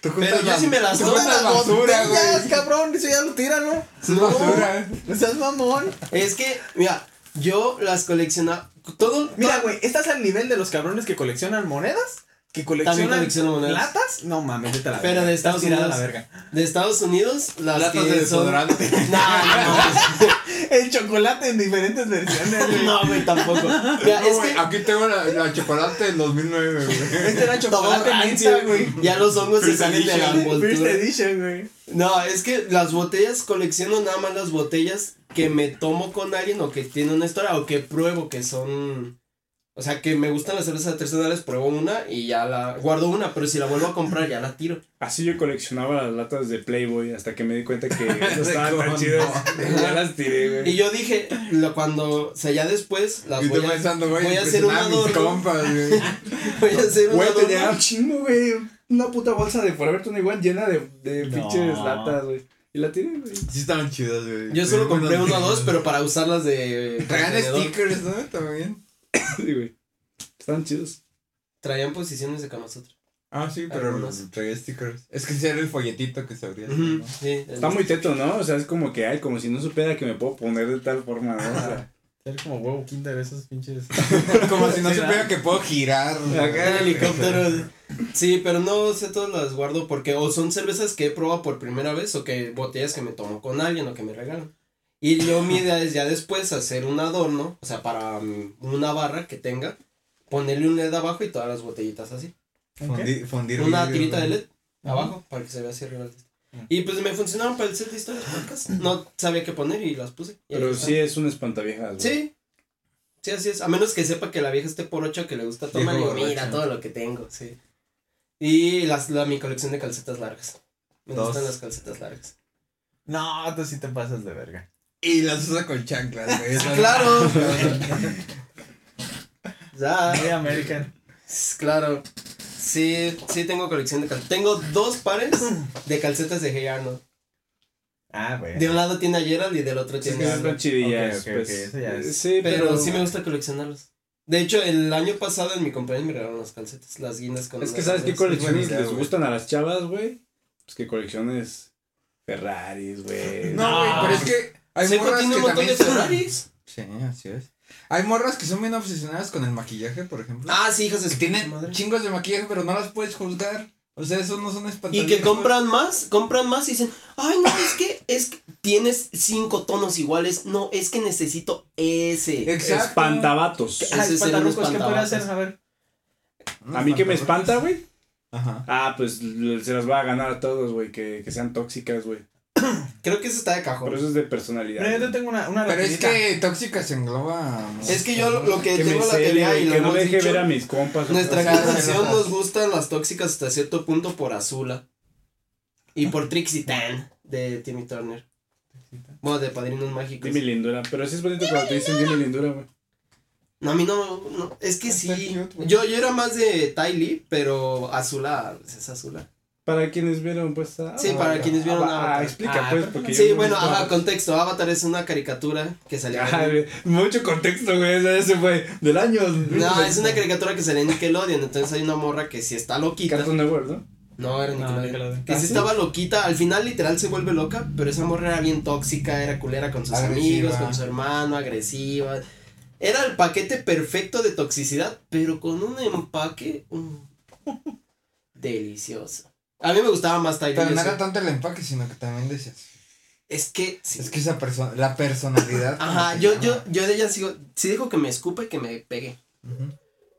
Tú Pero juntas yo la- sí me las tú doy. juntas las [LAUGHS] basura, botellas, güey. cabrón! Eso ya lo tíralo. Es basura. No seas mamón. Es que, mira, yo las coleccionaba. Todo. Mira, güey, estás al nivel de los cabrones que coleccionan monedas, que También coleccionan colecciono monedas. latas. No mames, vete a la Pero verga. de Estás Estados tirada a la Unidos. verga. De Estados Unidos, las Latas que de son. desodorante. [LAUGHS] No, no, Ah, [LAUGHS] El chocolate en diferentes versiones, güey. no, güey, [LAUGHS] tampoco. Mira, No, es güey, que. Aquí tengo la, la chocolate del 2009, güey. Este era todo chocolate rancio, menta, güey. Ya los hongos se First salen de la edition. First envoltura. edition, güey. No, es que las botellas colecciono nada más las botellas que me tomo con alguien o que tiene una historia o que pruebo que son. O sea, que me gustan las cervezas artesanales, pruebo una y ya la. Guardo una, pero si la vuelvo a comprar ya la tiro. [LAUGHS] Así yo coleccionaba las latas de Playboy hasta que me di cuenta que no estaban tan Cómo chidas. [LAUGHS] Ya las tiré, Y güey. yo dije, lo- cuando. O sea, ya después las Y voy tú a, pensando, güey, voy a hacer un impresionar a mis adorno. [LAUGHS] compas, güey. Voy a hacer un Güey, adorno. tenía un chingo, güey. Una puta bolsa de Forever 21 llena de, de No. pinches latas, güey. Y la tiré, güey. [LAUGHS] Sí estaban chidas, güey. Yo solo Pero compré bueno, uno o dos, pero para usarlas de. [LAUGHS] Traían contenedor. stickers, ¿no? También. Sí, güey. Están chidos. Traían posiciones de Kamasutra. Ah, sí, pero Algunos. traía stickers. Es que ese era el folletito que se abría. así, ¿no? [LAUGHS] Sí, Está muy teto, ¿no? O sea, es como que, ay, como si no supiera que me puedo poner de tal forma, ¿no? O sea, Ser como huevo kinder esos pinches. Como si no Sí, supiera que puedo girar. Acá [LAUGHS] en helicóptero. Sí, pero no sé, todas las guardo porque o son cervezas que he probado por primera vez o que botellas que me tomo con alguien o que me regalan. Y yo mi idea es ya después hacer un adorno, o sea, para mm, una barra que tenga, ponerle un LED abajo y todas las botellitas así. [LAUGHS] Fundi- fundir una vidrio, tirita de güey. LED abajo para que se vea así arriba. del texto. Mm. Y pues me funcionaron para el set de historias podcast. No sabía qué poner y las puse. Y ahí Pero están. sí es un espantaviejas, güey. Sí. Sí, así es. A menos que sepa que la vieja esté por ocho que le gusta Viejo tomar. digo, borracho. mira todo lo que tengo, sí. Y las, la, mi colección de calcetas largas. Me Dos. gustan las calcetas [LAUGHS] largas. No, tú sí te pasas de verga. Y las usa con chanclas, güey. esas- [LAUGHS] [LAUGHS] Claro. ya, Hey, Ah, American. es claro. Sí, sí tengo colección de calcetas. Tengo dos pares de calcetas de Hey Arnold. Ah, güey. De un lado tiene a Gerald y del otro Sí, tiene a están Arnold. chidillas, Ok, ok, pues. ok, eso ya es. Sí, pero... Pero, sí me gusta coleccionarlos. De hecho, el año pasado en mi compañía me regalaron las calcetas, las guindas con Es que, las ¿sabes qué banderas. colecciones buena idea, les güey. gustan a las chavas, güey? Pues que colecciones Ferraris, güey. No, güey, pero es que hay Seco morras tiene que un montón de también son- Ferraris. Ah. Sí, así es. Hay morras que son bien obsesionadas con el maquillaje, por ejemplo. Ah, sí, hijas de que su tienen madre. chingos de maquillaje, pero no las puedes juzgar. O sea, esos no son Y espantaviejas. que compran más, compran más y dicen, ay, no, es que, es que tienes cinco tonos iguales, no, es que necesito ese. Exacto. Espantabatos. Ah, ese es el pantarrucos, ¿qué puede espantabatas. hacer? A ver. Mm. Unos A mí que me espanta, pantalones. güey. Ajá. Ah, pues l- se las va a ganar a todos, güey. Que, que sean tóxicas, güey. Creo que eso está de Pero cajón. eso es de Mira, yo te personalidad. tengo una, una Pero es rapidita. que tóxica se engloba. Es que yo lo, lo que, Que me tengo la cele, teoría y güey, lo que no hemos deje dicho, ver a mis compas. o nuestra o sea, generación nosotros. nos gustan las tóxicas hasta cierto punto por Azula y por Trixie Tan de Timmy Turner. Bueno, de Padrinos Mágicos. Dime lindura, pero sí es bonito cuando te dicen dime lindura, güey. No, a mí no, no, es que Ah, Está sí. cute, güey. Yo, yo era más de Ty Lee, pero Azula, pues, es Azula. Para quienes vieron, pues. ah, Sí, para ya. quienes vieron Ah, va, Avatar. explica, Ah, pues, pero- porque. yo Sí, no bueno, he visto ajá, Avatar. contexto. Avatar es una caricatura que salía. Ajá, güey, mucho contexto, güey. o sea, Ese fue del año. No, es una caricatura que salía en Nickelodeon. Entonces hay una morra que si está loquita. Cartoon Network, ¿no? No, era No, Nickelodeon. Nickelodeon. Que Ah, sí ¿sí? estaba loquita. Al final, literal, se vuelve loca. Pero esa morra era bien tóxica. Era culera con sus amigos, Agresiva. con su hermano, agresiva. Era el paquete perfecto de toxicidad, pero con un empaque mm, [LAUGHS] delicioso. A mí me gustaba más Tyler. Pero yo no sé. era tanto el empaque, sino que también decías. Es que. sí. Es que esa persona, la personalidad. como Ajá, que yo, llama. yo, yo de ella sigo. Sí dijo que me escupe y que me pegue. Ujú.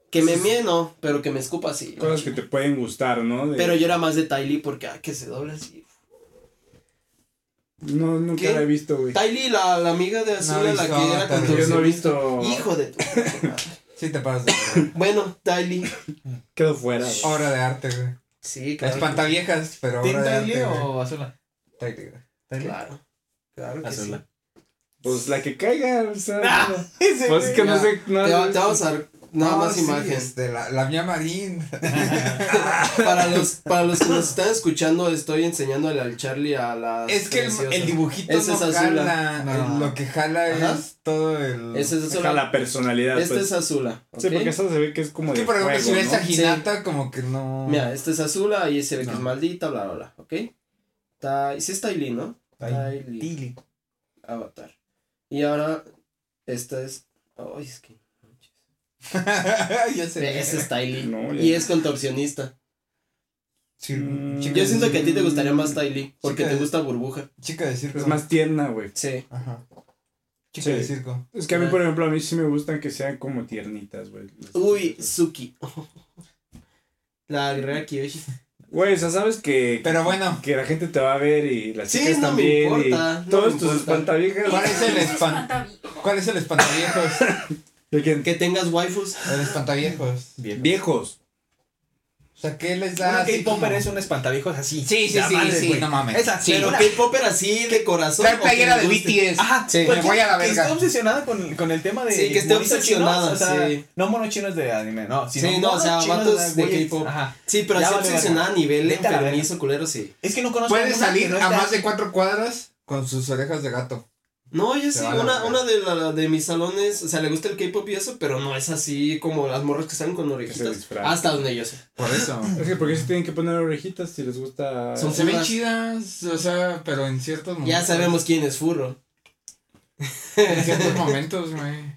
Que me mie, no, pero que me escupa sí. Cosas que te pueden gustar, ¿no? De- Pero yo era más de Tylee porque, ah, que se dobla así. No, nunca ¿Qué? la he visto, güey. Tylee, la, la amiga de No Azul, he la visto que era Avatar, con Yo tus- no he visto. Hijo de tu. Sí, te pasas. de verga. [LAUGHS] Bueno, Tylee. Quedó fuera, güey. obra de arte, güey. Sí, claro. Espantaviejas, pero obra ¿Team de Tylee arte. güey. o [LAUGHS] Azula? Tylee, güey. ¿Tylee? Claro. Claro que sí. Azula. Pues la que caiga, o sea. Ah. Ese Pues es que no ya. sé. No, Te, va- no- te vamos a dar nada No, más Ah, sí, [LAUGHS] imágenes. este, la, la mía marín. Para los, para los que nos están escuchando, estoy enseñándole al Charlie a la. es que el, el dibujito Ese no es Azula. jala. No. el- Lo que jala Ajá. es todo el. Ese es Deja Azula. la personalidad, Este pues. es Azula. Sí, ¿ok? porque eso se ve que es como Es que de por ejemplo, si juego, ves ¿no? a Hinata, como que no. Mira, este es Azula y se ve que No. es maldita, bla, bla, bla. ¿Ok? Tai, sí es Tylee, ¿no? Tylee. Tylee. Tylee. Avatar. Y ahora, esta es. Ay, es que. [LAUGHS] ya sé. Ese es Tylee. No, ya. y es contorsionista. Sí, Mm. chica Yo de siento que a ti te circo. gustaría más Tylee. Porque Sí, te que- gusta burbuja. Chica de circo. Es más tierna, güey. Sí. Ajá. Chica Sí. de circo. Es que a mí, por ejemplo, a mí sí me gustan que sean como tiernitas, güey. Uy, Suki. [LAUGHS] La guerrera Kiyoshi. Güey, o sea, sabes que, Pero bueno, que la gente te va a ver y las Sí, chicas no me también. importa, y no todos me tus importa. espantaviejas. ¿Cuál es el espan- espantaviejo? ¿cuál es el espantaviejos? ¿De quién? Que tengas waifus. el espantaviejos. Bien. Viejos. O sea, ¿qué les Un da? así K-Popper como- es un espantavijos así. Ah, Sí, sí, Ya sí, vale, sí, güey. no mames. Esa, Sí. pero Pero que- K-Popper así de corazón. Trae o que playera me de guste. BTS. Ajá, Sí. pues Me que- voy a la que verga. está obsesionada con, con el tema de. Sí, que esté monitos obsesionada, chinos, o sea, sí. No mono chinos de anime, no. Sino Sí, no, o sea, monos chinos vatos de güeyes. K-pop. Ajá. Sí, pero Ya así vale, obsesionada a nivel Vete a la enfermizo, culero, sí. Es que no conozco. Puede ninguna que salir no a está- más de cuatro cuadras con sus orejas de gato. No, yo Se sí, va a la una, verga. una de, la- de mis salones, o sea, le gusta el K-pop y eso, pero no es así como las morras que salen con orejitas. disfrazan. Hasta donde yo sé. Por [LAUGHS] eso. Es que porque si tienen que poner orejitas si les gusta. Son- Se ven Unas- chidas, o sea, pero en ciertos momentos. Ya sabemos quién es Furro. [LAUGHS] En ciertos momentos, [LAUGHS] güey.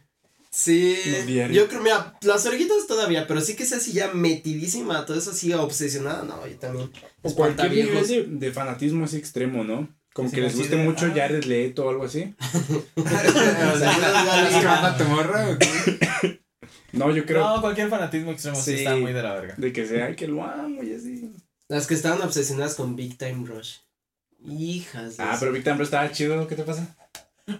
Sí, No, diario. yo creo, mira, las orejitas todavía, pero sí que sea así ya metidísima, todo eso así obsesionada, no, yo también. O cualquier nivel Espantaviejos. de, de fanatismo así extremo, ¿no? Como Sí, que les así guste de, mucho ah. Jared Leto o algo así. O sea, ¿Es que van a tu morra o qué? No, yo creo No, cualquier fanatismo extremo sí Sí. está muy de la verga. de que sea "Ay, que lo amo y así. Las que estaban obsesionadas con Big Time Rush. Hijas. de Ah, su- pero Big Time Bro estaba chido, ¿qué te pasa?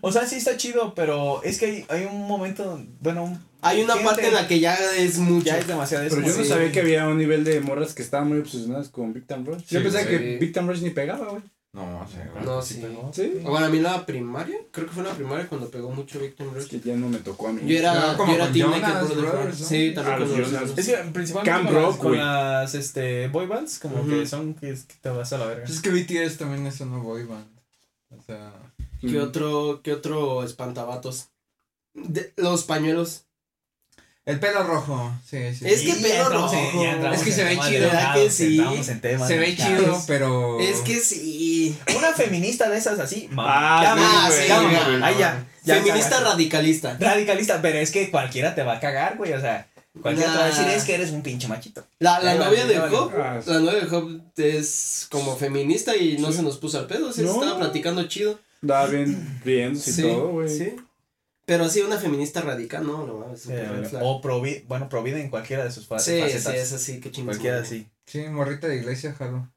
O sea, sí está chido, pero es que hay, hay un momento. Bueno, un- Hay una gente- parte en la que ya es mucho. Ya es demasiado. es Pero yo como no si- sabía que había un nivel de morras que estaban muy obsesionadas con Big Time Rush. yo Sí, pensaba sí. que Big Time Rush ni pegaba, güey. Oh, No, no sé, güey. No, sí. pegó. Sí. Bueno, a mí en la primaria, creo que fue en la primaria cuando pegó mucho Big Time Es Rush. que ya no me tocó a mí. Yo era, Pero como yo era con Team Jonas Naked Brother. Brothers, ¿no? Sí, también Ah, con los los Jonas. Es Jonas. que principalmente Camp con, Rock, las, con güey. las, este, boy bands, como Ujú. que son que, es que te vas a la verga. Pues es que BTS también es una boy band. O sea. Mm. ¿Qué otro, qué otro espantabatos? De- los pañuelos. El pelo rojo. Sí, sí. Es sí. que Y pelo ya entramos en- rojo. ya entramos Es que en se ve temas chido. delicados, ¿Verdad que sí? entramos en temas se ve delicados. chido, Oh. pero. Es que sí. Una feminista de esas así. Ah, ya, sí, ma, güey. ya, Sí, ma, güey. ahí ya, ya Feminista cagaste. radicalista. radicalista, pero es que cualquiera te va a cagar, güey. O sea, cualquiera te va a decir Nah. es que eres un pinche machito. La, la Ya, novia ya de valió. Job, Ah, sí. la novia de Job es como feminista y no se nos puso al pedo, sí, No. estaba platicando chido. Estaba bien, riéndose y todo, güey. sí. Pero así una feminista radical, no, no mames. super red flag. Eh, o provi bueno, provida en cualquiera de sus fa- Sí, facetas. sí, es así, qué chingón. cualquiera así. Sí, morrita de iglesia, jalo.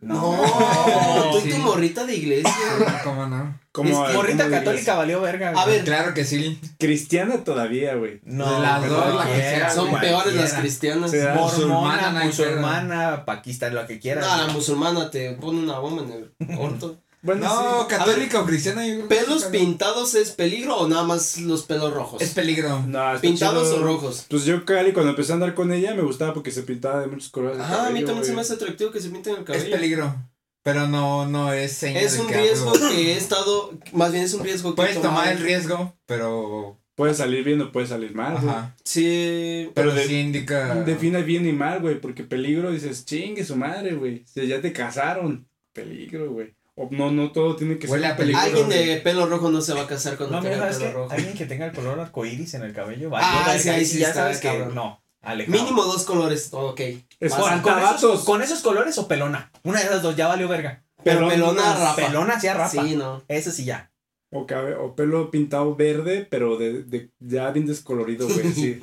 No, No. tú y Sí. tu morrita de iglesia. ¿Cómo no? Como, Es que- como Morrita dirías, católica valió verga. A güey. ver. Claro que sí. Cristiana todavía, güey. No, Las pero dos, la que cualquiera, sea, Son güey, peores las cualquiera. cristianas. Sí, ah. Musulmana, no Mormona, hay musulmana, paquista, lo que quieras. No, la musulmana te pone una bomba en el orto. Bueno, No, sí. católico cristiano. yo creo que ¿Pelos sí, pero- pintados es peligro o nada más los pelos rojos? Es peligro. No, está ¿Pintados chido. o rojos? Pues yo, Cali, cuando empecé a andar con ella, me gustaba porque se pintaba de muchos colores. el Ajá, Ah, a mí cabello, también se me güey. hace atractivo que se pinten el Es cabello. peligro. Pero no, no es señal Es de un que algo- riesgo que he estado, más bien es un riesgo que he Puedes tomar tomado. el riesgo, pero. Puede salir bien o puede salir mal, güey. Ajá. Sí, Pero, Pero de- sí indica. Define bien y mal, güey, porque peligro dices, chingue su madre, güey. Si ya te casaron, peligro, güey. O no, no todo tiene que Huele ser a un peligro. alguien peligro. de pelo rojo no se va a casar cuando No, tenga mira, el es pelo que rojo. alguien que tenga el color arcoíris en el cabello, va Ah, vale, sí, ahí ahí sí ya está, sabes que cabrón. no, alejado. Mínimo dos colores, ok. Es Ahora, Ahora, con esos, vatos. con esos colores o pelona. Una de las dos ya valió verga. Pero Pelón, pelona unas rapa. Pelona sí rapa. Sí, no. Eso sí ya. O, cabe- o pelo pintado verde, pero de, de- ya bien descolorido, [LAUGHS] güey. Sí.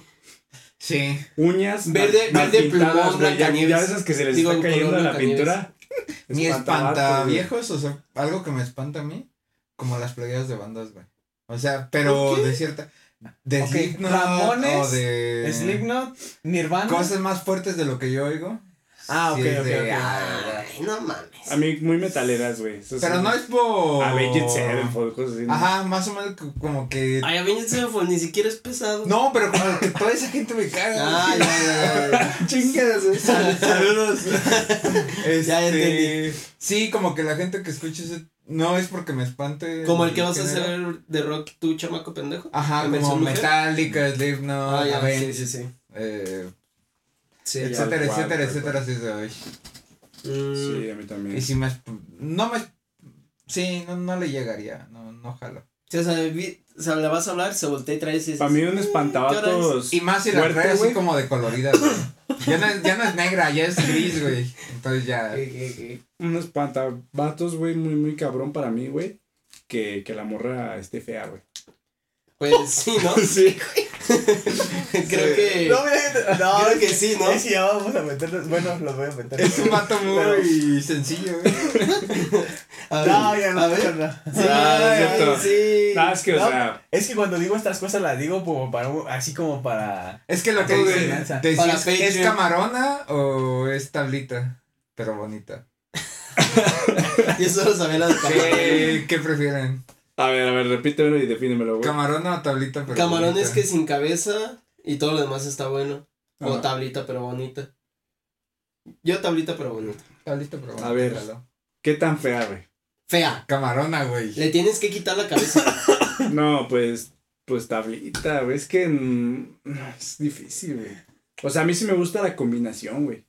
Sí. Uñas. Verde- mal- mal verde plumón, pintadas, güey, ya, Blancanieves. ya esas que se les Digo, está cayendo color la [LAUGHS] pintura. Ni Espantavatos, espanta güey. viejos, o sea, algo que me espanta a mí, como las playeras de bandas, güey. O sea, pero de cierta. De Ok, Slipknot Ramones, o Eh, de. Slipknot, Nirvana. Cosas más fuertes de lo que yo oigo. Ah, sí ok, es ok, de, ok. ah, Ay, no mames. A mí, muy metaleras, güey. Esas Pero son- no es por. Avenged Sevenfold, cosas así. ¿no? Ajá, más o menos co- como que. Ay, a mí ese fue, ni siquiera es pesado. No, pero como que toda esa gente me caga. Ah, güey. ya, ya, ya, ya. Chingas, güey. Saludos. Ya Este, entendí. sí, como que la gente que escucha ese no es porque me espante. Como el que vas a género. hacer de rock, tú, chamaco pendejo. Ah, Ajá, ¿En como versión mujer? Metallica, Slipknot, Ah, ya, sí, Avenged, sí, sí. eh, Sí, ya. etcétera, cual, etcétera, tal etcétera, así de hoy. Mm, Sí, a mí también. Y si me, esp- no me, sí, no, no le llegaría, no, no jalo. sí, o sea, vi- o sea, le vas a hablar, se voltea y trae "Mm, ese. Para mí un ¿qué hora espantabatos. Mm, Y más si la fuerte, trae así güey. como de colorida, güey. Ya no, es, ya no es negra, ya es gris, güey. Entonces ya. ¿Qué, qué, qué? Un espantabatos, güey, muy, muy cabrón para mí, güey. Que, que la morra esté fea, güey. [LAUGHS] Pues sí, ¿no? Sí. [LAUGHS] Creo que. No, mira, no, creo que sí, ¿no? Es que ya vamos a meternos. Bueno, los voy a meter. Es un vato [LAUGHS] Pero- muy sencillo, güey. A ver, No, ya no, a ver. no. Sí, Ah, es cierto. sí. Ah, es que, o No. sea, Es que cuando digo estas cosas las digo como para un- así como para. Es que lo que Todo dice, de lanza. te Para decía, ¿es Patreon. camarona o es tablita? Pero bonita. Yo solo sabía las ¿Qué, qué prefieren? a ver, a ver, repítemelo y defínemelo, güey. ¿Camarona o tablita? Pero Camarón es bonita? que sin cabeza y todo lo demás está bueno. O Ajá. tablita pero bonita. Yo tablita pero bonita. Tablita, pero bonita. A ver. jalo. ¿Qué tan fea, güey? Fea. Camarona, güey. Le tienes que quitar la [LAUGHS] cabeza. No, pues, pues tablita, güey. Es que mm, no, es difícil, güey. O sea, a mí sí me gusta la combinación, güey.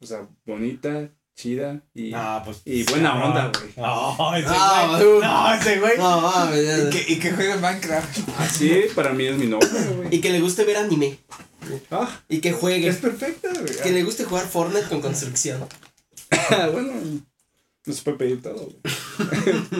O sea, bonita, chida y, No, pues. y buena no. onda, güey. No, ese Ah, güey. tú. No, ese güey. No, mames, ya- ¿Y que, y que juegue Minecraft. Así para mí es mi novia, güey. Y que le guste ver anime. Ah, Y que es juegue. perfecta, güey. Que le guste jugar Fortnite con construcción. Ah, bueno, no se puede pedir todo, güey.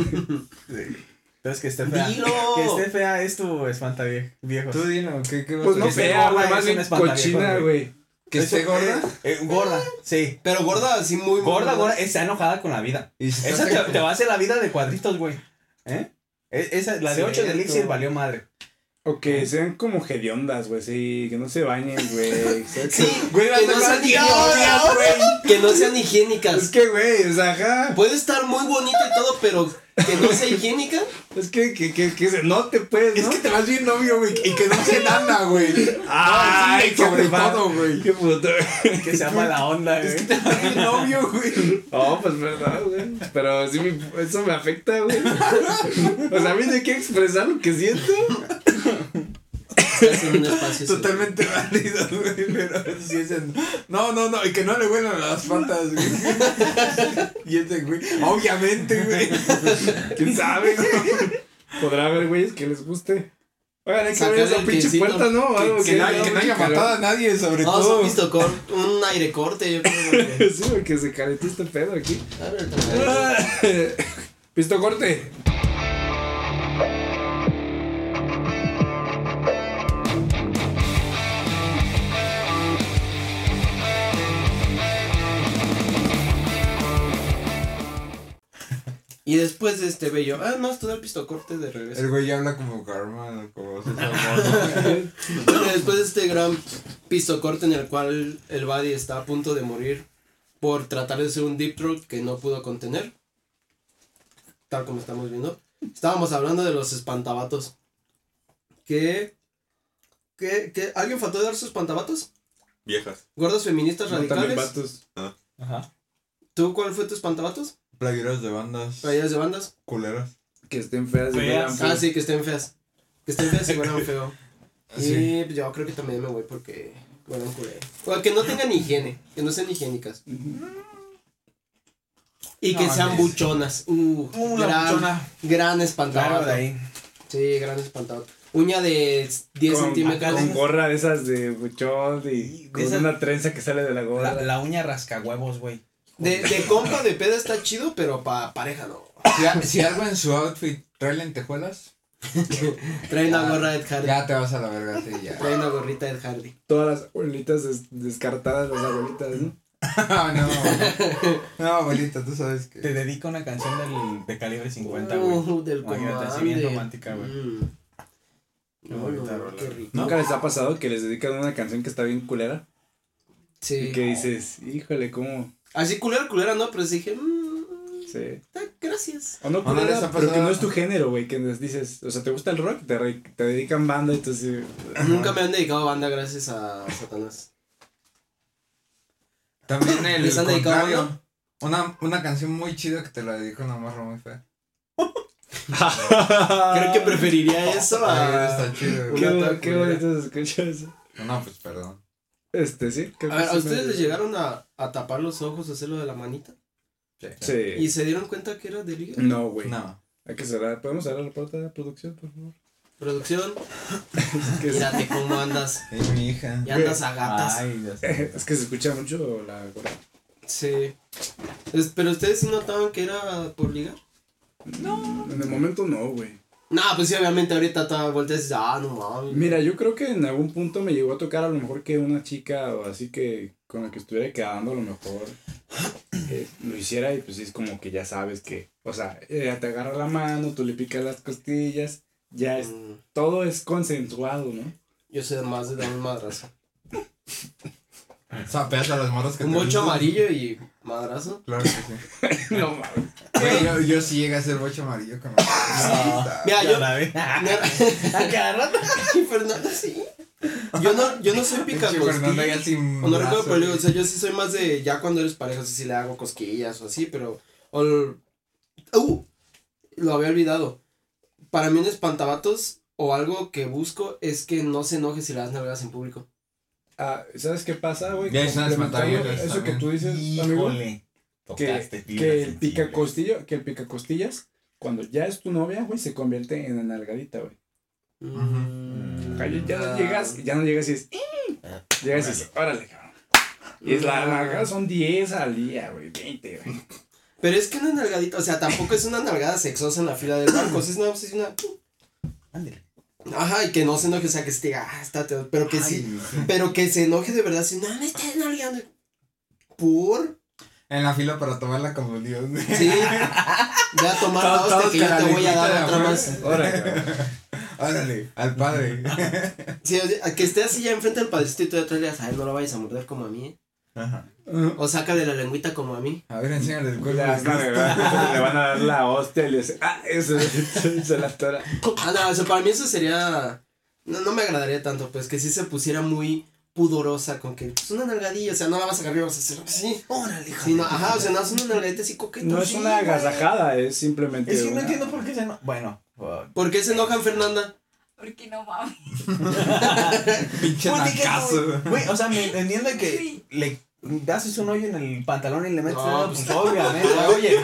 Entonces que esté fea. Dilo. Que esté fea es tu espanta vie- viejo. Tú dilo, ¿qué, qué vas Pues a no decir? fea, güey, gorda, más es bien una espantaviejas, cochina, güey. güey. ¿Que esté gorda? Eh, gorda, sí. Pero gorda así muy. muy Gorda, gorda, está enojada con la [LAUGHS] vida. Y si Esa estás te, en- te va a hacer la vida de cuadritos, güey. ¿Eh? E- Esa, la de 8 de Cierto. Elixir valió madre. O que sean como hediondas, güey, sí, que no se bañen, güey. Sí, Güey, que, no vas a sean decir, higiénicas, "No, güey". que no sean higiénicas. Es que, güey, o sea, [LAUGHS] ajá. Puede estar muy bonita y todo, pero que no sea higiénica. Es que, que, que, que se note, pues, ¿no? Es que te vas bien novio, güey, y que no se nada, güey. Ay, Sí, qué sobre mal. todo, [LAUGHS] güey. Qué puto. Que se llama la onda, güey. Bien novio, güey. No, pues verdad, güey. Pero sí, me- eso me afecta, güey. O sea, a mí no hay que expresar lo que siento. Estás en un espacio. Totalmente válido, güey, pero sí es en- No, no, no, y que no le huelan las patas, güey. [LAUGHS] Y ese, güey, obviamente, güey. ¿Quién sabe, güey? Podrá haber güeyes que les guste. Oigan, hay que Sacar abrir esa el pinche piecito. puerta, ¿no? Algo Que, no, haga que no mucho haya calor. matado a nadie, sobre No, todo. son visto cor- un aire corte, yo creo. porque- [LAUGHS] Sí, güey, que se caretó este pedo aquí. A ver, también. [LAUGHS] Pisto corte. Y después de este bello, ah, no, esto da el pistocorte de regreso. El güey ya habla como Carmen, como [LAUGHS] César Bueno, después de este gran pistocorte en el cual el Buddy está a punto de morir por tratar de ser un deep throat que no pudo contener. tal como estamos viendo, estábamos hablando de los espantabatos. ¿Qué? ¿Qué? ¿Qué? ¿Alguien faltó de dar sus espantabatos? Viejas. ¿Gordos feministas No, también radicales? vatos. Ajá. ¿Tú cuál fue tu espantabatos? Playeros de bandas Playeras de bandas. culeras. Que estén feas y pues. Feas. huelan Ah, feo. sí, que estén feas. Que estén feas y huelan feo. Sí. Y pues, yo creo que también me voy porque huelan culero. O que no tengan higiene, que no sean higiénicas. Y que No, sean mames. buchonas. Uh, Uh, la gran, buchona. gran Claro, espantabato. de ahí. Sí, gran espantado. Uña de 10 Con- centímetros. Con gorra de esas de buchón y Y de con esas- una trenza que sale de la gorra. La, la uña rascahuevos, güey. De, de compa de peda está chido, pero pa pareja no. Si, a- si algo en su outfit trae lentejuelas, Trae una Ah, gorra de Hardy. ya te vas a la verga, sí, ya. Trae una gorrita de Hardy. Todas las abuelitas des- descartadas, las abuelitas, ¿no? [LAUGHS] Ah, no. [LAUGHS] No, abuelita, tú sabes que. Te dedico una canción del, de calibre 50, güey. Uh, del Imagínate, comandante. así bien romántica, güey. Mm. Qué No, bonita no, rola. qué rico. ¿Nunca les ha pasado que les dedican una canción que está bien culera? Y Sí. que dices, híjole, ¿cómo? Así culera, culera, no, pero sí dije, mm, Sí. ah, gracias. O no ¿O no culera, les ha pero que pasado? no es tu género, güey, que les dices, o sea, ¿te gusta el rock? Te, re- te dedican banda y tú así, Nunca me han dedicado banda gracias a Satanás. [LAUGHS] También el ¿Les han dedicado contrario. Una, una canción muy chida que te la dedicó una morra muy fea. Creo que preferiría eso Ay, a... está chido, Qué, güey. Una bo- tan qué culera. bonito se escucha eso. No, pues perdón. Este, sí. creo A que ver, ¿a sí ustedes me- les llegaron a, a tapar los ojos, a hacerlo de la manita? ¿Y Sí. Mm. se dieron cuenta que era de liga? No, güey. No. Hay que cerrar. ¿Podemos cerrar la puerta de la producción, por favor? [LAUGHS] Producción, Es que, mírate cómo andas. Y mi hija. Ya andas a gatas. Ay, ya sé. [LAUGHS] es que se escucha mucho la gorra. Sí. Es- Pero ustedes sí notaban que era por ligar. En el momento no, güey. No, pues sí, obviamente ahorita toda vuelta dices, ah, no mames. Mira, yo creo que en algún punto me llegó a tocar a lo mejor que una chica o así que con la que estuviera quedando a lo mejor eh, lo hiciera y pues sí, es como que ya sabes que, o sea, ella te agarra la mano, tú le picas las costillas, ya es, Mm, todo es consensuado, ¿no? Yo sé más de dar un madrazo. Sapeas a las morras que [LAUGHS] Un te bocho gustan. amarillo y [LAUGHS] madrazo. Claro que sí. no mames. Güey, yo, yo sí llegué a ser bocho amarillo [LAUGHS] con Mira, Ah, Ya yo. la [LAUGHS] vi. cada [LAUGHS] rato. Fernando, sí. Yo no, yo no soy pica Pinche Fernando ya sin O no recuerdo, brazo, pero digo, o güey. sea, yo sí soy más de ya cuando eres pareja, sí, sí le hago cosquillas o así, pero. o l- ¡Uh! Lo había olvidado. Para mí, un espantabatos o algo que busco es que no se enoje si le das nalgadas en público. Ah, ¿Sabes qué pasa, güey? Ya es una Complementando desventaja, Eso que también. tú dices, amigo. Híjole. que, Tocaste fibras que el pica sensibles. costillo, que el pica costillas, cuando ya es tu novia, güey, se convierte en la nalgadita, güey. O sea, ya Ah. no llegas, ya no llegas y es, "Eh". llegas y es, órale, cabrón. Mm. Y es la Ah. nalgada, son 10 al día, güey, 20, güey. Pero es que una nalgadita, o sea, tampoco es una nalgada sexosa en la fila del banco, es una. Es una Ándale. ajá, y que no se enoje, o sea, que se diga, ah, estate", pero que sí. Pero que se enoje de verdad, si no me estés nalgando. ¿Por? En la fila para tomarla como Dios. güey. [LAUGHS] Sí. Ve a tomar la Todos- hostia que yo todos te con la voy a dar lengüita otra de más. Órale, cabrón. Órale, [LAUGHS] al padre. Sí, o sea, que esté así ya enfrente del padrecito y tú ya atrás le digas, ay, no lo vayas a morder como a mí, ¿eh? Ajá. O sácale la lengüita como a mí. A ver, enséñale el cuerpo. Ya, es la nalgada, Le van a dar la hostia y le dice, ah, eso se la tora. Ah, no, o sea, para mí eso sería... No, no me agradaría tanto, pues, que si se pusiera muy pudorosa con que... Pues una nalgadilla, o sea, no la vas a agarrar y vas a hacer así. Órale, Sí, no, ajá, o sea, no, es una nalgadita así coqueta. No es Pues sí, una güey. agasajada, es simplemente. Es que no una- entiendo por qué se no. Bueno. ¿Por qué se enojan, Fernanda? Porque no mames. Pinche Güey, dije, nacazo. Güey, o sea, me entiendo que Sí. le haces un hoyo en el pantalón y le metes No, dedo, pues- pues, [LAUGHS] obviamente, oye,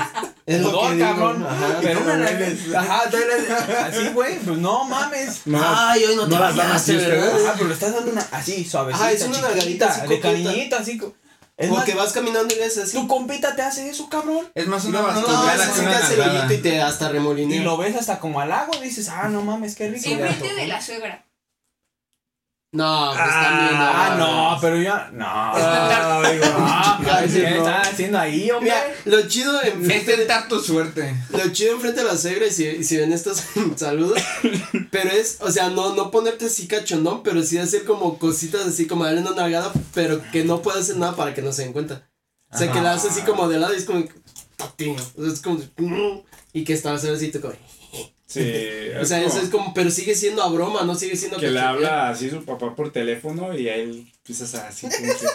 Es lo pudor, que digo. cabrón. [LAUGHS] Ajá. Pero una duele. nalga- Ajá, duele. Así, güey, pues no mames. No, Ay, hoy no, No te las dan bañaste, así ¿verdad? Ajá, pero le estás dando una así, suavecita, Ajá, es una nalgadita así chiquita, de coqueta. cariñita, así. co- Es más, Porque vas caminando y le haces así. tu compita te hace eso, cabrón. Es más una No, no, No, tu cara bastonada así que te pues, una hace el nalgada. hoyito y te hasta Y remolinea. lo ves hasta como al agua, dices, ah, no mames, qué rico. Sí, frente gato. de la suegra. No, pues también. Ah, no, mames. pero ya. No. Ah, digo, [LAUGHS] Ah, Ay, sí, ¿Qué no. estás haciendo ahí, hombre? Mira, lo chido Es enfrente de, tentar tu suerte. lo chido enfrente de la suegra y si, y si ven estos [LAUGHS] saludos, pero es, o sea, no, no ponerte así cachondón, pero sí hacer como cositas así como darle una nalgada, pero que no pueda hacer nada para que no se den cuenta. O sea, que la haces así como de lado y es como, tate. O sea, es como. de, "Mm", Y que estaba así, tú como. Sí. O sea, eso es como. Pero sigue siendo a broma, no sigue siendo. Que le cachondeo. habla así su papá por teléfono y a él empiezas a así como que-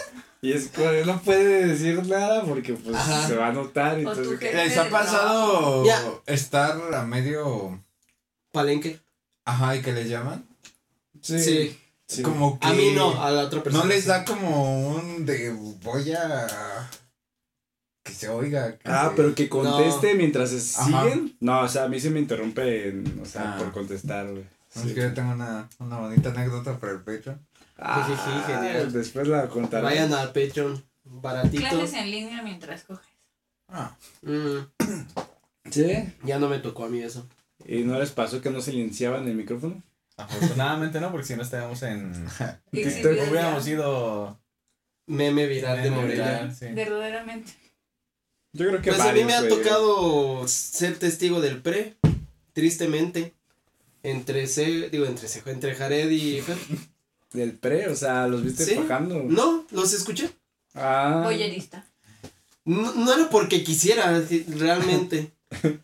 Y es como, él no puede decir nada porque pues Ajá. se va a notar. O Entonces, tú que- qué. ¿Les ha pasado Ya. estar a medio. Palenque. Ajá, y que le llaman? sí. Sí. sí. Como que. A mí no, a la otra persona. No les sí. da como un de voy a que se oiga. que Ah, se- pero que conteste mientras se Ajá. siguen. No, o sea, a mí se me interrumpe, en- o sea, Ah. por contestar, güey. No, Sí. Es que yo tengo una, una bonita anécdota para el Patreon. Ah, Jijiji, genial. Después la contaré. Vayan al Patreon. Baratito. Clases en línea mientras coges. Ah, Mm, Sí. ya no me tocó a mí eso. ¿Y no les pasó que no silenciaban el micrófono? Afortunadamente no, porque si no estaríamos en. Que TikTok exhibidas Hubiéramos ya, ido. Meme viral de en Morelia. Morelia, sí. Verdaderamente. Yo creo que Pues a mí varios, me ha güey. tocado ser testigo del pre, tristemente. Entre C, digo, entre C, entre Jared y Fer. Del pre, o sea, los viste Sí. bajando. No, los escuché. Ah. Boyerista. No, no era porque quisiera, sí, [LAUGHS] realmente.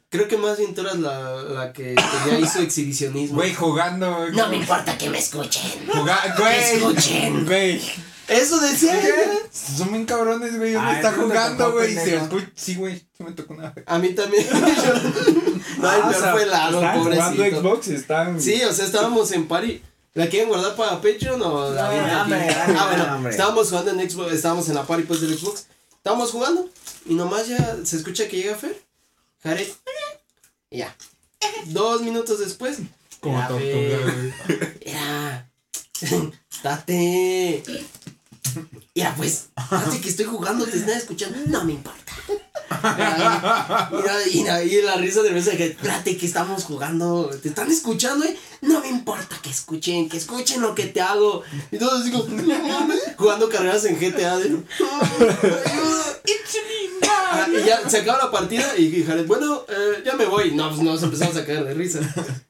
Creo que más bien tú eras la, la que, que ya hizo exhibicionismo. Güey, jugando. güey. No me importa que me escuchen. Juga- Que güey. escuchen. Güey. Eso decía. ¿eh? ella. ¿Qué? Son bien cabrones, güey. Uno Ah, está eso te jugando, tocó, güey. Y se pendejo. escucha. Sí, güey. Sí me tocó una vez. A mí [LAUGHS] también. [LAUGHS] no, el Ah, o peor sea, fue Lalo, estaban jugando pobrecito. Xbox y están. [LAUGHS] Sí, o sea, estábamos en party. ¿La quieren guardar para Patreon o la No, aviento aquí? hombre, Ah, bueno, hombre. estábamos jugando en Xbox, estábamos en la party pues del Xbox. Estábamos jugando y nomás ya se escucha que llega Fer. Jared. y ya. Dos minutos después. Como ya, tortuga, Fer, güey. ya. Date. Mira, pues, date que estoy jugando, te están escuchando. No me importa. Mira, mira, mira, y la risa nerviosa que, date que estamos jugando, te están escuchando, eh. No me importa que escuchen, que escuchen lo que te hago. Y todos digo, "No mames", jugando carreras en GTA. de, "No, [LAUGHS] ayuda". Ah, y ya se acaba la partida y y Jared, bueno, eh, ya me voy. No, pues nos empezamos a caer de risa.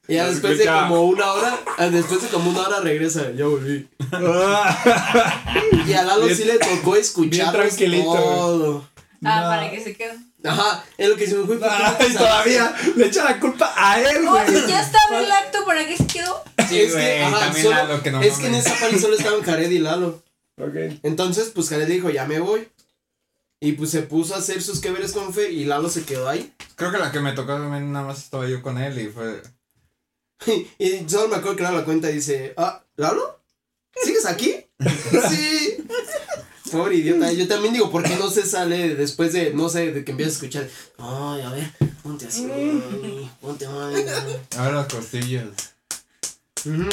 Y ya después de Ya. como una hora, ah, después de como una hora regresa, ya volví. Ah. Y a Lalo Bien- sí le tocó escuchar tranquilito, güey. todo. Ah, No. para que se quede. Ajá, es lo que se me fue. ¿por qué no Ay, te Ah, todavía le echa la culpa a él, Oh, güey. ya estaba el acto, ¿para qué se quedó? sabes? Sí, es que, güey, ajá, también solo- Lalo, que no es que en mames. esa party solo estaban Jared y Lalo. Ok. Entonces, pues Jared dijo, ya me voy. Y pues se puso a hacer sus que veres con Fe y Lalo se quedó ahí. Creo que la que me tocó también nada más estaba yo con él y fue. Y solo me acuerdo que Lalo la cuenta y dice, ah, ¿Lalo? ¿Sigues [LAUGHS] aquí? sí. Pobre idiota. Yo también digo, ¿por qué no se sale después de, no sé, de que empieza a escuchar? Ay, a ver, ponte así, mami, ponte mami. A ver las costillas. Ujú.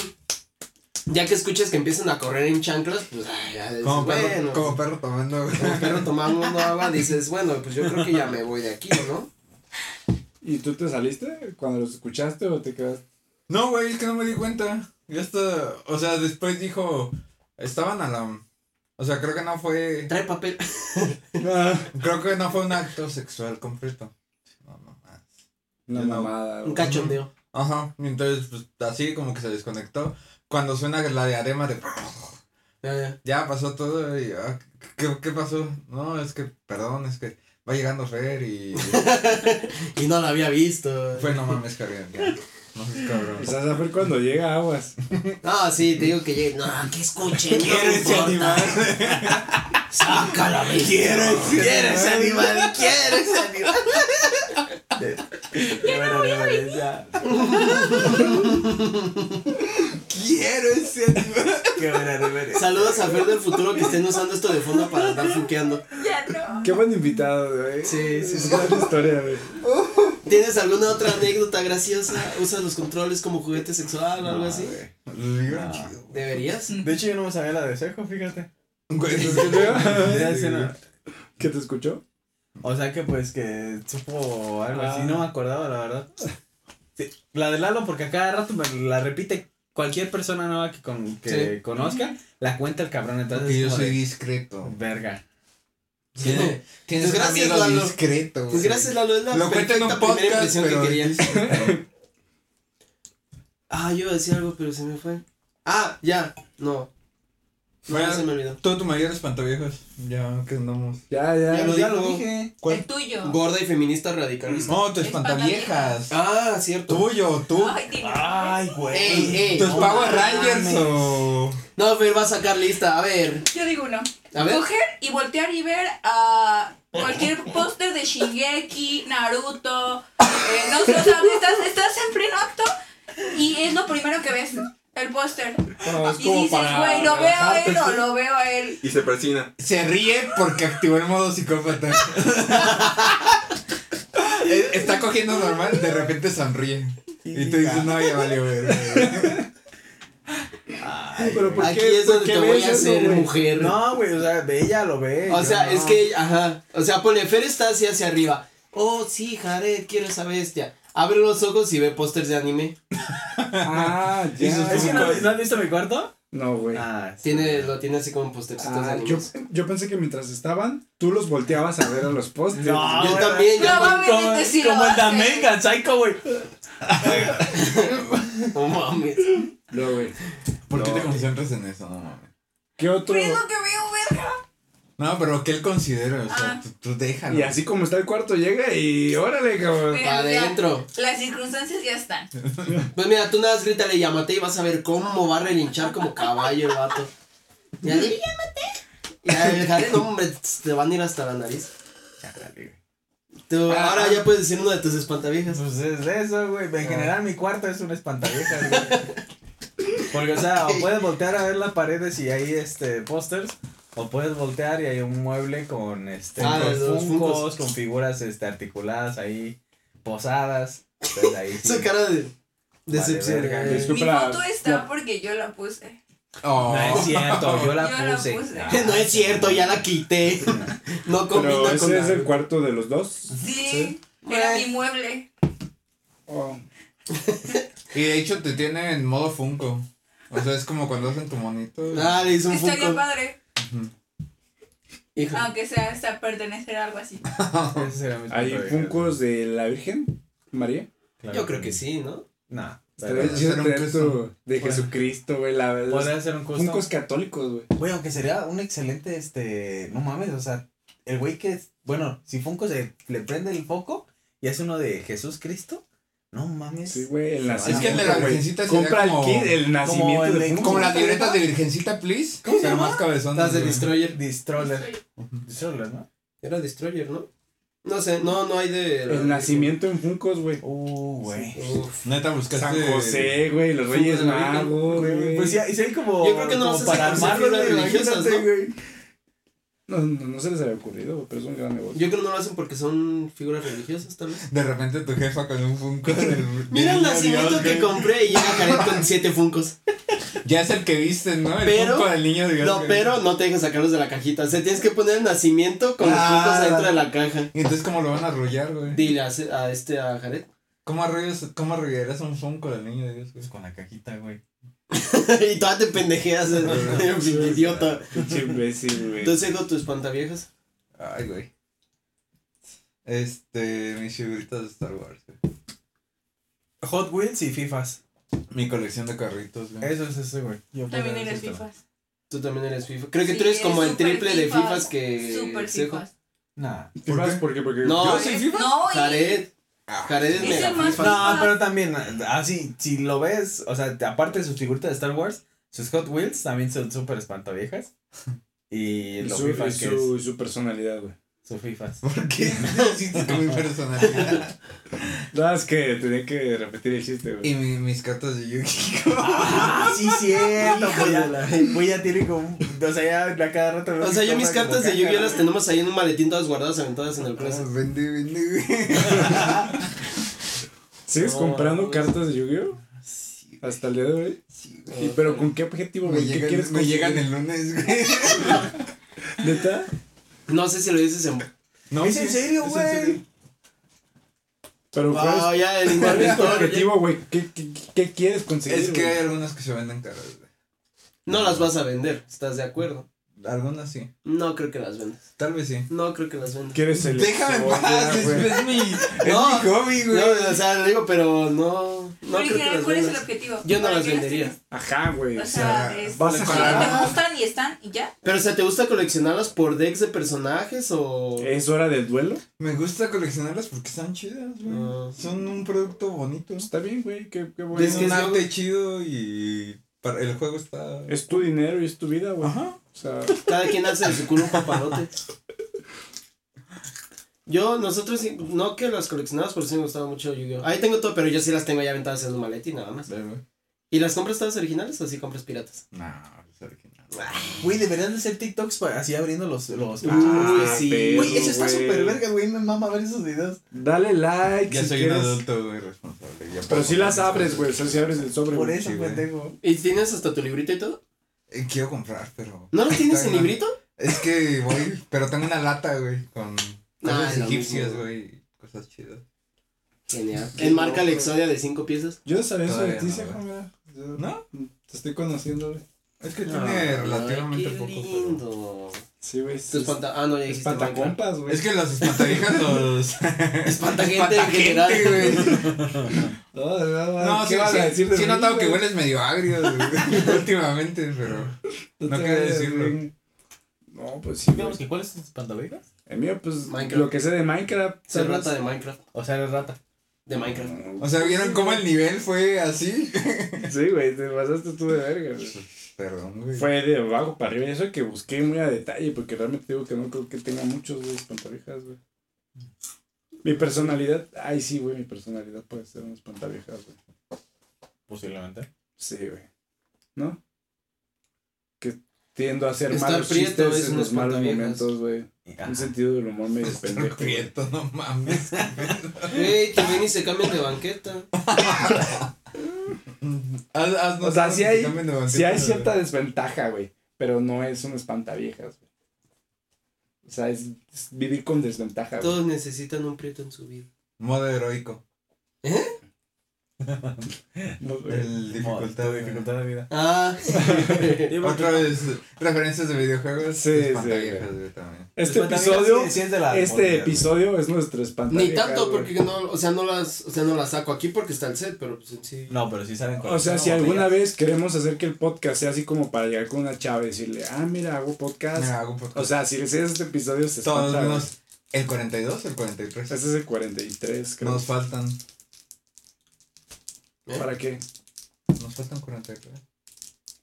Ya que escuchas que empiezan a correr en chanclas, pues ay, ya dices, Como perro, bueno. pues, como perro tomando, güey. [LAUGHS] como perro tomando agua, dices, bueno, pues yo creo que ya me voy de aquí, ¿no? ¿Y tú te saliste cuando los escuchaste o te quedaste? No, güey, es que no me di cuenta. Ya está. O sea, después dijo. Estaban a la. O sea, creo que no fue. Trae papel. Creo que no fue un acto sexual completo. No, no. ah. Una Yo no. mamada. Un güey. cachondeo. Ajá. y Entonces, pues así como que se desconectó. Cuando suena la diadema de. Ya, ya. Ya pasó todo y. ah, ¿qué, ¿Qué pasó? No, es que. Perdón, es que. Va llegando Fer y. Y no la había visto. Fue no mames, Javier. ya, No seas cabrón. O sea, saber cuando llega aguas. No, sí, te digo que llegue. No, que escuchen. no importa. Sácala, me quieres. Quieres animal, quieres animal. Quiero ese animal. Saludos a Fer del futuro que estén usando esto de fondo para andar fuqueando. Ya no. Qué buen invitado, güey. Sí, sí, sí. Es gran historia, güey. ¿Tienes alguna otra anécdota graciosa? ¿Usas los controles como juguete sexual o algo así? Güey, ¿Deberías? De hecho, yo no me sabía la de Sejo, fíjate. [LAUGHS] ¿en serio? [LAUGHS] Ya sé, no. ¿Qué te escuchó? O sea que pues que supo algo Ah. así, no me acordaba la verdad. Sí, la de Lalo porque a cada rato me la repite cualquier persona nueva que, con, que conozca, la cuenta el cabrón, entonces Porque es yo como soy de, discreto. verga. Tiene- Tienes Pues un gracias, amigo Lalo. discreto. Pues gracias, Lalo, es la Lo cuento en un perfecta primera podcast, impresión pero que quería. [LAUGHS] es discreto. Ah, yo iba a decir algo, pero se me fue. Ah, ya, no. No, se me olvidó. Tú, tu mayor espantaviejos. Ya que andamos. Ya, ya. Ya lo Ya dijo. lo dije. El tuyo. Gorda y feminista radicalista. No, tu espantaviejas. Ah, cierto. Tuyo, tú. Ay, dime. Ay, güey. Ey, ey. Tus no. Power Rangers o. No, Fer va a sacar lista. A ver. Yo digo uno. A ver. Coger y voltear y ver a cualquier póster de Shingeki, Naruto. eh, no sé, o sea, estás, estás en pleno acto y es lo primero que ves. El póster. No, es Y como dices, para güey, lo veo ¿eh? a relajarte, él o sí. lo veo a él. Y se persina. Se ríe porque activó el modo [LAUGHS] psicópata. Eh, Está cogiendo normal, de repente sonríe. Y tú dices, no, ya valió ver. Pero ¿por Aquí qué- es por donde qué te voy ves a eso, hacer güey? mujer. No, güey, o sea, ella lo ve. O yo sea, no. es que, ajá. O sea, ponle, Fer está así hacia arriba. Oh, sí, Jared, quiero esa bestia. Abre los ojos y ve pósters de anime. Ah, [LAUGHS] ya. ¿Es que no, ¿no has visto mi cuarto? No, güey. Ah, Tiene, lo tiene así como postercitos de Ah, anime. yo, yo pensé que mientras estaban, tú los volteabas a ver a los postes. No. Yo güey. también, yo No, también. Obviamente Como, sí lo como el hace. de American Psycho, güey. [LAUGHS] No mames. No, güey. ¿Por qué No. te concentras en eso? No mames. ¿Qué otro? Pero es lo que veo, verga. No, pero que él considera, o sea, Ah. tú, tú déjalo. Y así como está el cuarto, llega y órale, cabrón. Pero, Pa' o sea, adentro. Las circunstancias ya están. Pues mira, tú nada más grítale llámate y vas a ver cómo va a relinchar como caballo el vato. Ya dile llámate. Ya, el Jared, no, hombre, tss, te van a ir hasta la nariz. Tú, Ah. ahora ya puedes decir uno de tus espantaviejas. Pues es eso, güey. Ah. En general, mi cuarto es un espantaviejas, güey. Porque, o sea, o puedes voltear a ver las paredes y hay este pósters, o puedes voltear y hay un mueble con este Ah, con de los funcos, Funkos. con figuras este articuladas ahí, posadas. Entonces, ahí sí. Esa cara de decepción. verga, eh. disculpa. Mi Pero, foto está no. porque yo la puse. Oh. No es cierto, yo la Yo la puse. puse. Ah, [LAUGHS] No es cierto, ya la quité. No Pero combina con ese es la... el cuarto de los dos. Sí, era Bueno. mi mueble. Oh. Y de hecho te tiene en modo Funko. O sea, es como cuando hacen tu monito. Ah, le hizo un Estaría Funko. padre, Hijo. aunque sea hasta pertenecer a algo así. ese será mi Hay espantaviejas. funcos de la Virgen María. Claro. Yo creo que sí, ¿no? No. Estaría Podría chido ser un tener custom. tu- de Podría- Jesucristo, güey. La Podría verdad. ser un custom. Funcos católicos, güey. Güey, aunque sería un excelente, este, no mames, o sea, el güey que es, bueno, si Funko se le prende el foco y hace uno de Jesús Cristo, no mames. Sí, güey. El Es que el nacimiento. de la güey. Virgencita sería Compra el como- kit, el nacimiento el de de- Funko. Como las libretas de Virgencita, please. ¿Cómo se Pero llama? más cabezón. Las de Destroyer. Destroyer. Destroyer, ¿no? Era Destroyer, ¿no? No sé, no, no hay de... El nacimiento en funcos, güey. Uh, güey. Uf. Neta, buscaste. San José, güey, los Funcos Reyes de la Virgen. Magos, güey. Pues sí, y sí hay como, Yo creo que no como vas a para sacar armarlo, figuras güey, religiosas, imagínate, ¿no? güey. No, no, no se les había ocurrido, güey, pero es un gran negocio. Yo creo que no lo hacen porque son figuras religiosas, tal vez. De repente tu jefa con [LAUGHS] un Funko. del- Mira el del niño nacimiento Dios, que güey. compré y llega Jared con siete funcos. Ya es el que viste, ¿no? El Pero- Funko del niño Dios. No, güey. pero no te dejes sacarlos de la cajita. O sea, tienes que poner el nacimiento con los Ah, funcos dentro la- de la caja. ¿Y entonces cómo lo van a arrollar, güey? Dile a, ce- a este, a Jared. [LAUGHS] ¿Cómo arrollas, cómo arrollarías un Funko del niño Dios, güey? Con la cajita, güey. y toda te pendejeas, [LAUGHS] eh, idiota. Pinche imbécil, güey. Entonces, Ego, tus pantaviejas. Ay, güey. Este, mis figuritas de Star Wars, güey. Hot Wheels y FIFAs. Mi colección de carritos, güey. Eso es ese, güey. Yo También pondría eres eso. fifas. Tú también eres FIFA. Creo que Sí, tú eres como el súper triple de fifas, FIFAs que. Super Sejo. fifas. Nah. ¿Qué ¿Por más? qué? ¿Por qué? Porque No. yo ¿Yo soy FIFA? No, y Jared. Jared es Es mega el más FIFA. No, Fifas. pero también, así, si lo ves, o sea, te- aparte de sus figuritas de Star Wars, sus Hot Wheels también son súper espantaviejas. Y Y los su, y FIFAs que es, su, su personalidad, güey. sus FIFAs. ¿Por qué hiciste con mi personalidad? No, es que tenía que repetir el chiste, güey. Y mi- mis cartas de Yuki. Ah, [LAUGHS] sí, cierto, pues de ya, pues ya tiene como, o sea, ya a cada rato. veo O que sea, yo compra mis como cartas de caja, Yu-Gi-Oh! ¿no? las tenemos ahí en un maletín todas guardadas, aventadas en el closet. Vende, vende, güey. ¿Sigues No, comprando no, cartas de Yu-Gi-Oh? "Ah, Sí, Hasta el día de hoy. sí, güey. ¿Y, ¿Pero con qué objetivo, Me güey? ¿Qué quieres llegan, me llegan conseguir? el lunes, güey. ¿Neta? No sé si lo dices en. No, ¿Es sí, pues, en serio, es güey? serio. ¿Pero Wow, cuál es, Ah, ya el cuál es internet. tu todo- objetivo, güey? ¿Qué, qué, qué quieres conseguir, [LAUGHS] Es que güey? hay algunas que se venden caras, güey. No las vas a vender, ¿estás de acuerdo? Algunas sí. No creo que las vendas. Tal vez sí. No creo que las vendas. ¿Quieres el Déjame en cebolla, paz, es, güey? es mi, es No, mi hobby, güey. No, o sea, lo digo, pero no. No Pero en creo que general, las ¿cuál es el vendas. objetivo? Yo no ¿Para las qué las vendería. Ajá, güey. tienes? O O sea, sea, es. vas a si pagar. te gustan y están y ya. Pero, o sea, ¿te gusta coleccionarlas por decks de personajes o.? ¿Es hora del duelo? Me gusta coleccionarlas porque están chidas, güey. Ah. Son un producto bonito. Está bien, güey. Qué, qué bueno. Es Es que un es lo- arte chido y para- el juego está. Es tu dinero y es tu vida, güey. Ajá. O sea, Cada quien hace de su culo un paparote. Yo, nosotros, sí- no que las coleccionamos, pero sí me gustaba mucho Yu-Gi-Oh. Ahí tengo todo, pero yo sí las tengo ya aventadas en un maletín, nada más. ¿Y las compras todas originales o sí compras piratas? No, es original. Güey, deberían de ser TikToks para- así abriendo los. los Uy, sí. pero, Güey, eso está súper verga, güey. Me mama ver esos videos. Dale like Ya si soy quieres. un adulto, güey, responsable. ya Pero puedo si las comprar abres, cosas. güey. O sea, si abres el sobre, Por güey. eso, sí, güey. pendejo. ¿Y tienes hasta tu librito y todo? Eh, Quiero comprar, pero. ¿No los tienes en Está bien. librito? Es que voy. Pero tengo una lata, güey, con cosas es lo egipcias, mismo. güey. Cosas chidas. Genial. Enmarca el Exodia de cinco piezas. Yo no sabía eso de Todavía ti, no, Sejo, güey. mira. Yo ¿No? Te estoy conociendo, güey. Es que Ay, tiene relativamente qué poco. pero- lindo. Sí, güey. Tus panta- Ah, no, ya dijiste [LAUGHS] Minecraft. Espantacompas, güey. Es que [LAUGHS] los espantaviejas los. Espantagente en general. güey. No, no, no, No, Ah, ¿qué sí, vas sí, a decir de sí he mí, notado que güey? hueles medio agrio güey, [LAUGHS] últimamente, pero no te quería vayas, decirlo. güey. No, pues sí, güey. ¿Cuál es tus pantabejas? El mío, pues, Minecraft. lo que sé de Minecraft. Se ¿sabes? trata de Minecraft. O sea, eres rata. De [LAUGHS] Minecraft. o sea, vieron cómo el nivel fue así. Sí, güey, te pasaste tú de verga, güey. Perdón, güey. Fue de abajo para arriba, y eso que busqué muy a detalle, porque realmente digo que no creo que tenga muchos, güey, espantaviejas, güey. Mi personalidad, ay, sí, güey, mi personalidad puede ser un espantaviejas, güey. Posiblemente. Sí, güey. ¿No? Que tiendo a hacer Estar malos prieto chistes es en un los malos espantaviejas. momentos, güey. Un sentido del humor medio pendejo. güey. Prieto, no mames. Güey, también y se cambian de banqueta. Haz, haz O sea, notar sí que hay- cambian de Sí hay banqueta, cierta güey. desventaja, güey, pero no es un espantaviejas, güey. O sea, es, es vivir con desventaja, güey. Todos necesitan un prieto en su vida. Modo heroico. No, güey. El dificultad. güey. dificultad de vida. Ah, Otra vez, referencias de videojuegos. Sí, espantaviejas, sí, güey, también. Este episodio, este episodio es nuestro espantaviejas. Ni tanto güey. porque no, o sea, no las, o sea, no las saco aquí porque está el set, pero pues en sí. No, pero sí salen O sea, si alguna vez queremos hacer que el podcast sea así como para llegar con una chava y decirle, ah, mira, hago podcast. Mira, hago un podcast. O sea, si les es este episodio, se Todos espanta, güey. menos el 42, el 43. Este es el 43, creo. Nos ¿eh? faltan. ¿Para qué? Nos faltan 43.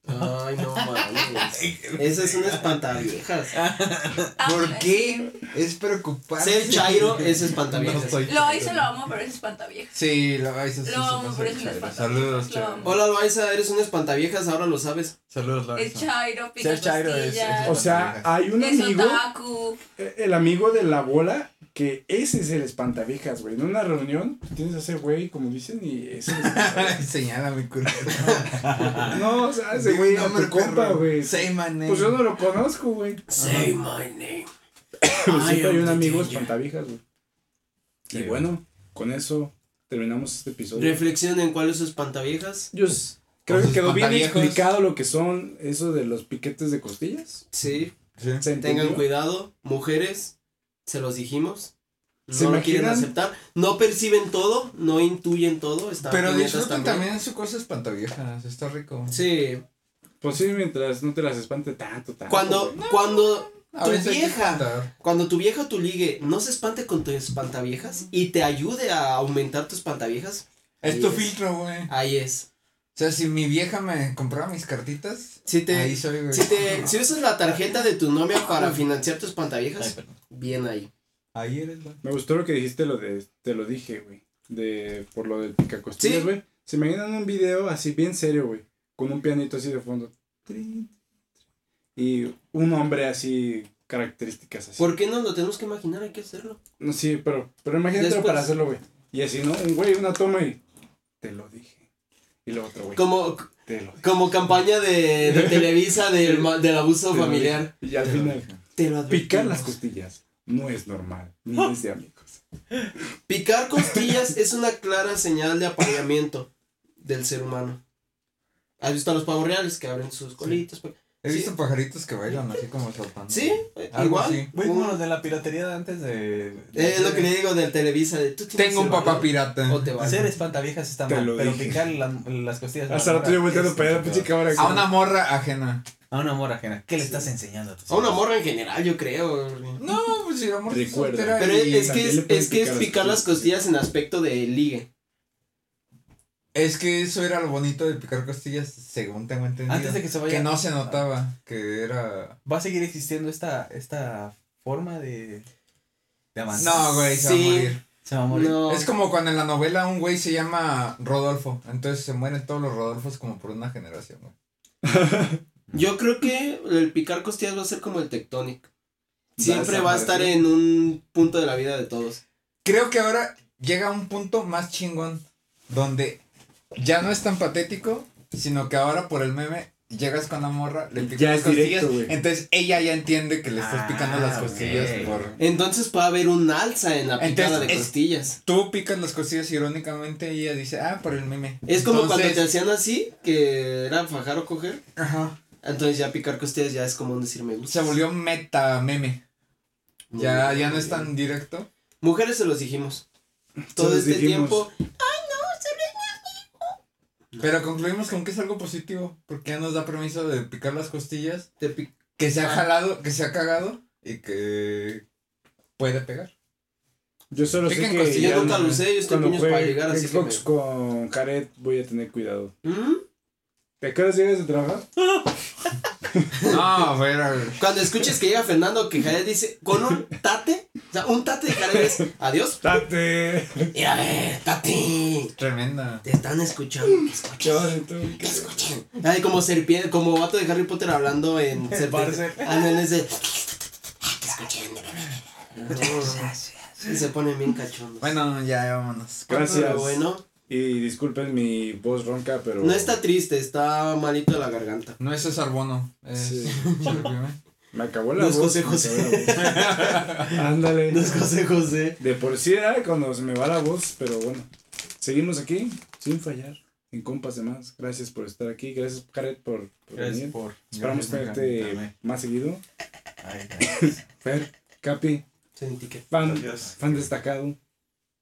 Ay, no mames. Esa es una espantaviejas. Ah, ¿Por eh, qué? Es preocupante. Ser [LAUGHS] chairo es espantaviejas. No soy Lo chairo. hice, lo amo, pero es espantavieja. Sí, lo vais a hacer. Lo amo, por eso les falta. Saludos, Lo Chairo. amo. Hola, Loaiza, eres una espantaviejas, ahora lo sabes. Saludos, Laura. Es chairo, Ser pide chairo es- pastillas. O sea, hay un es amigo, otaku. eh, el amigo de la bola, que ese es el espantaviejas, güey. En una reunión pues, tienes a ese güey, como dicen, y ese es el espantaviejas. [LAUGHS] Señala mi culo. [LAUGHS] No, o sea, Ah, ese güey, a tu compa, güey. Say my name. Pues yo no lo conozco, güey. Say my name. Pero siempre Ay, hay un hombre, amigo ya. espantaviejas, güey. Sí, y güey. bueno, con eso terminamos este episodio. Reflexionen cuál es su espantaviejas. Yo s- creo Con que sus quedó bien pantaviejos. explicado lo que son eso de los piquetes de costillas. Sí. Sí. ¿Se entendió? Tengan cuidado, mujeres, se los dijimos. No ¿Se lo imaginan? quieren aceptar. No perciben todo, no intuyen todo. Están Pero puñetas disfruten también su cosa espantaviejas. Está rico. Sí, Pues sí, mientras no te las espante tanto, tanto. Cuando, güey. cuando, A Tu veces hay que vieja. espantar. cuando tu vieja o tu ligue no se espante con tus espantaviejas y te ayude a aumentar tus espantaviejas, Es Ahí tu es. filtro, güey. O ahí es. sea, si mi vieja me compraba mis cartitas, Si ahí te, soy, güey. si [LAUGHS] te, si usas la tarjeta de tu novia para financiar tus espantaviejas, bien ahí. Ahí eres, güey. Me gustó lo que dijiste, lo de, te lo dije, güey. De, por lo del picacostillas, Sí. güey. Se imaginan un video así bien serio, güey. Con un pianito así de fondo. Y un hombre así, características así. ¿Por qué no lo tenemos que imaginar? Hay que hacerlo. No, sí, pero, pero imagínate Después- para hacerlo, güey. Y así, ¿no? Un güey, una toma y te lo dije. Y lo otro, güey, Como, te lo dije. como campaña de, [LAUGHS] de Televisa del, ma- del abuso Te lo familiar. dije. Y al final, Te lo picar advertimos. las costillas no es normal, ni es de amigos. Picar costillas es una clara señal de apareamiento del ser humano. ¿Has visto a los pavos reales que abren sus colitas? pues? He visto pajaritos que bailan así como saltando. Sí, Algo igual. así. Güey, como los de la piratería de antes de. Es lo que le digo del Televisa. De, ¿tú tienes Tengo un el papá valor pirata. O te Hacer vale. espantaviejas está Te mal, lo pero dije. picar la- las costillas. a Hasta una rato yo morra volteando es para allá la peor. pinche cámara. A una morra ajena. A una morra ajena. ¿Qué le estás enseñando? tus A una hijos? morra en general, yo creo. No, pues si la morra está Recuerda. soltera Pero y- es que también le es, pueden es que es picar las picar las costillas en aspecto de ligue. Es que eso era lo bonito de picar costillas, según tengo entendido. Antes de que se vaya. Que no se notaba, que era... Va a seguir existiendo esta, esta forma de. de avanzar. No, güey, se va a Sí. morir. Se va a morir. No. Es como cuando en la novela un güey se llama Rodolfo, entonces se mueren todos los Rodolfos como por una generación, güey. Yo creo que el picar costillas va a ser como el tectónico. a Siempre va a estar desaparecer. en un punto de la vida de todos. Creo que ahora llega un punto más chingón, donde ya no es tan patético, sino que ahora por el meme llegas con la morra, le picas Ya las es costillas, directo, güey. entonces ella ya entiende que le estás Ah, picando las ok. costillas por... Entonces puede haber un alza en la picada Entonces, de es- costillas. Tú picas las costillas irónicamente y ella dice, ah, por el meme. Es como cuando te Entonces- hacían así, que era fajar o coger. Ajá. Entonces ya picar costillas ya es como un decir me gusta. Se volvió meta meme. Ya, ya no es tan directo. Mujeres se los dijimos. Todo los este dijimos. tiempo. Pero concluimos con que es algo positivo. Porque ya nos da permiso de picar las costillas. te pi- Que se ha Ah. jalado, que se ha cagado y que puede pegar. Yo solo sé Piquen que costillas, ya yo nunca no- lo usé, yo estoy cuando puños para juegue llegar, así que Xbox me- con Jared voy a tener cuidado. ¿Mm? ¿Te acuerdas llegas de trabajar? [LAUGHS] No, [LAUGHS] a ver, a ver. Cuando escuches que llega Fernando, que Jared dice, con un tate, o sea, un tate de Jared es, adiós. [LAUGHS] ¡Date! Mira, a ver, tate, Tremenda. te están escuchando, que escuchen, que escuchen. Ay, como serpiente, como vato de Harry Potter hablando en serpiente. Barcel. Ah, no, en ese, que escuchen. No, Y se ponen bien cachondos. Bueno, ya vámonos. Gracias. Pero bueno, Y disculpen mi voz ronca, pero. no está triste, está malito de la garganta. No es César Bono. Es Sí. Charlie, Me acabó la No es voz. José me José. acabó la [LAUGHS] voz. Ándale. No es José José. De por sí era cuando se me va la voz, pero bueno. Seguimos aquí, sin fallar, en compas de más. Gracias por estar aquí. Gracias, Jared, por, por Gracias venir. por. Esperamos Gracias, tenerte encantame. más seguido. Ay, gracias. Fer, Capi, Sentí que. fan, Gracias. fan destacado.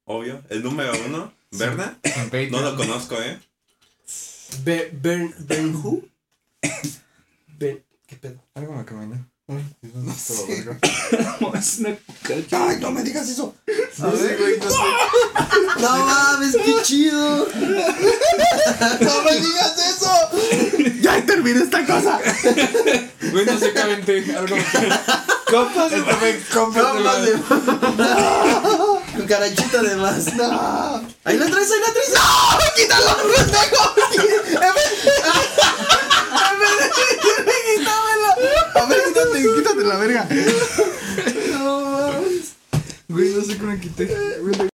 Obvio. El número uno, Berna. güey. No lo conozco, ¿eh? Be- Bern, Bern, [LAUGHS] who? Bern, ¿qué pedo? Algo me caminó. No sé. Ay, no me digas eso. A ver, güey, [LAUGHS] no sé. No mames, qué chido. ¡No me digas eso! Ya terminé esta cosa. [LAUGHS] Güey, no sé qué [LAUGHS] aventé. Algo me Compas de pues, Compas de más. [LAUGHS] Cucarachita de más. No. Ahí la traes, ahí la traes. ¡No! ¡Quítalo, pendejo! En vez- en vez de decirme, quítamelo. A ver, quítate, quítate la verga. No mames. Güey, no sé cómo me quité. Güey,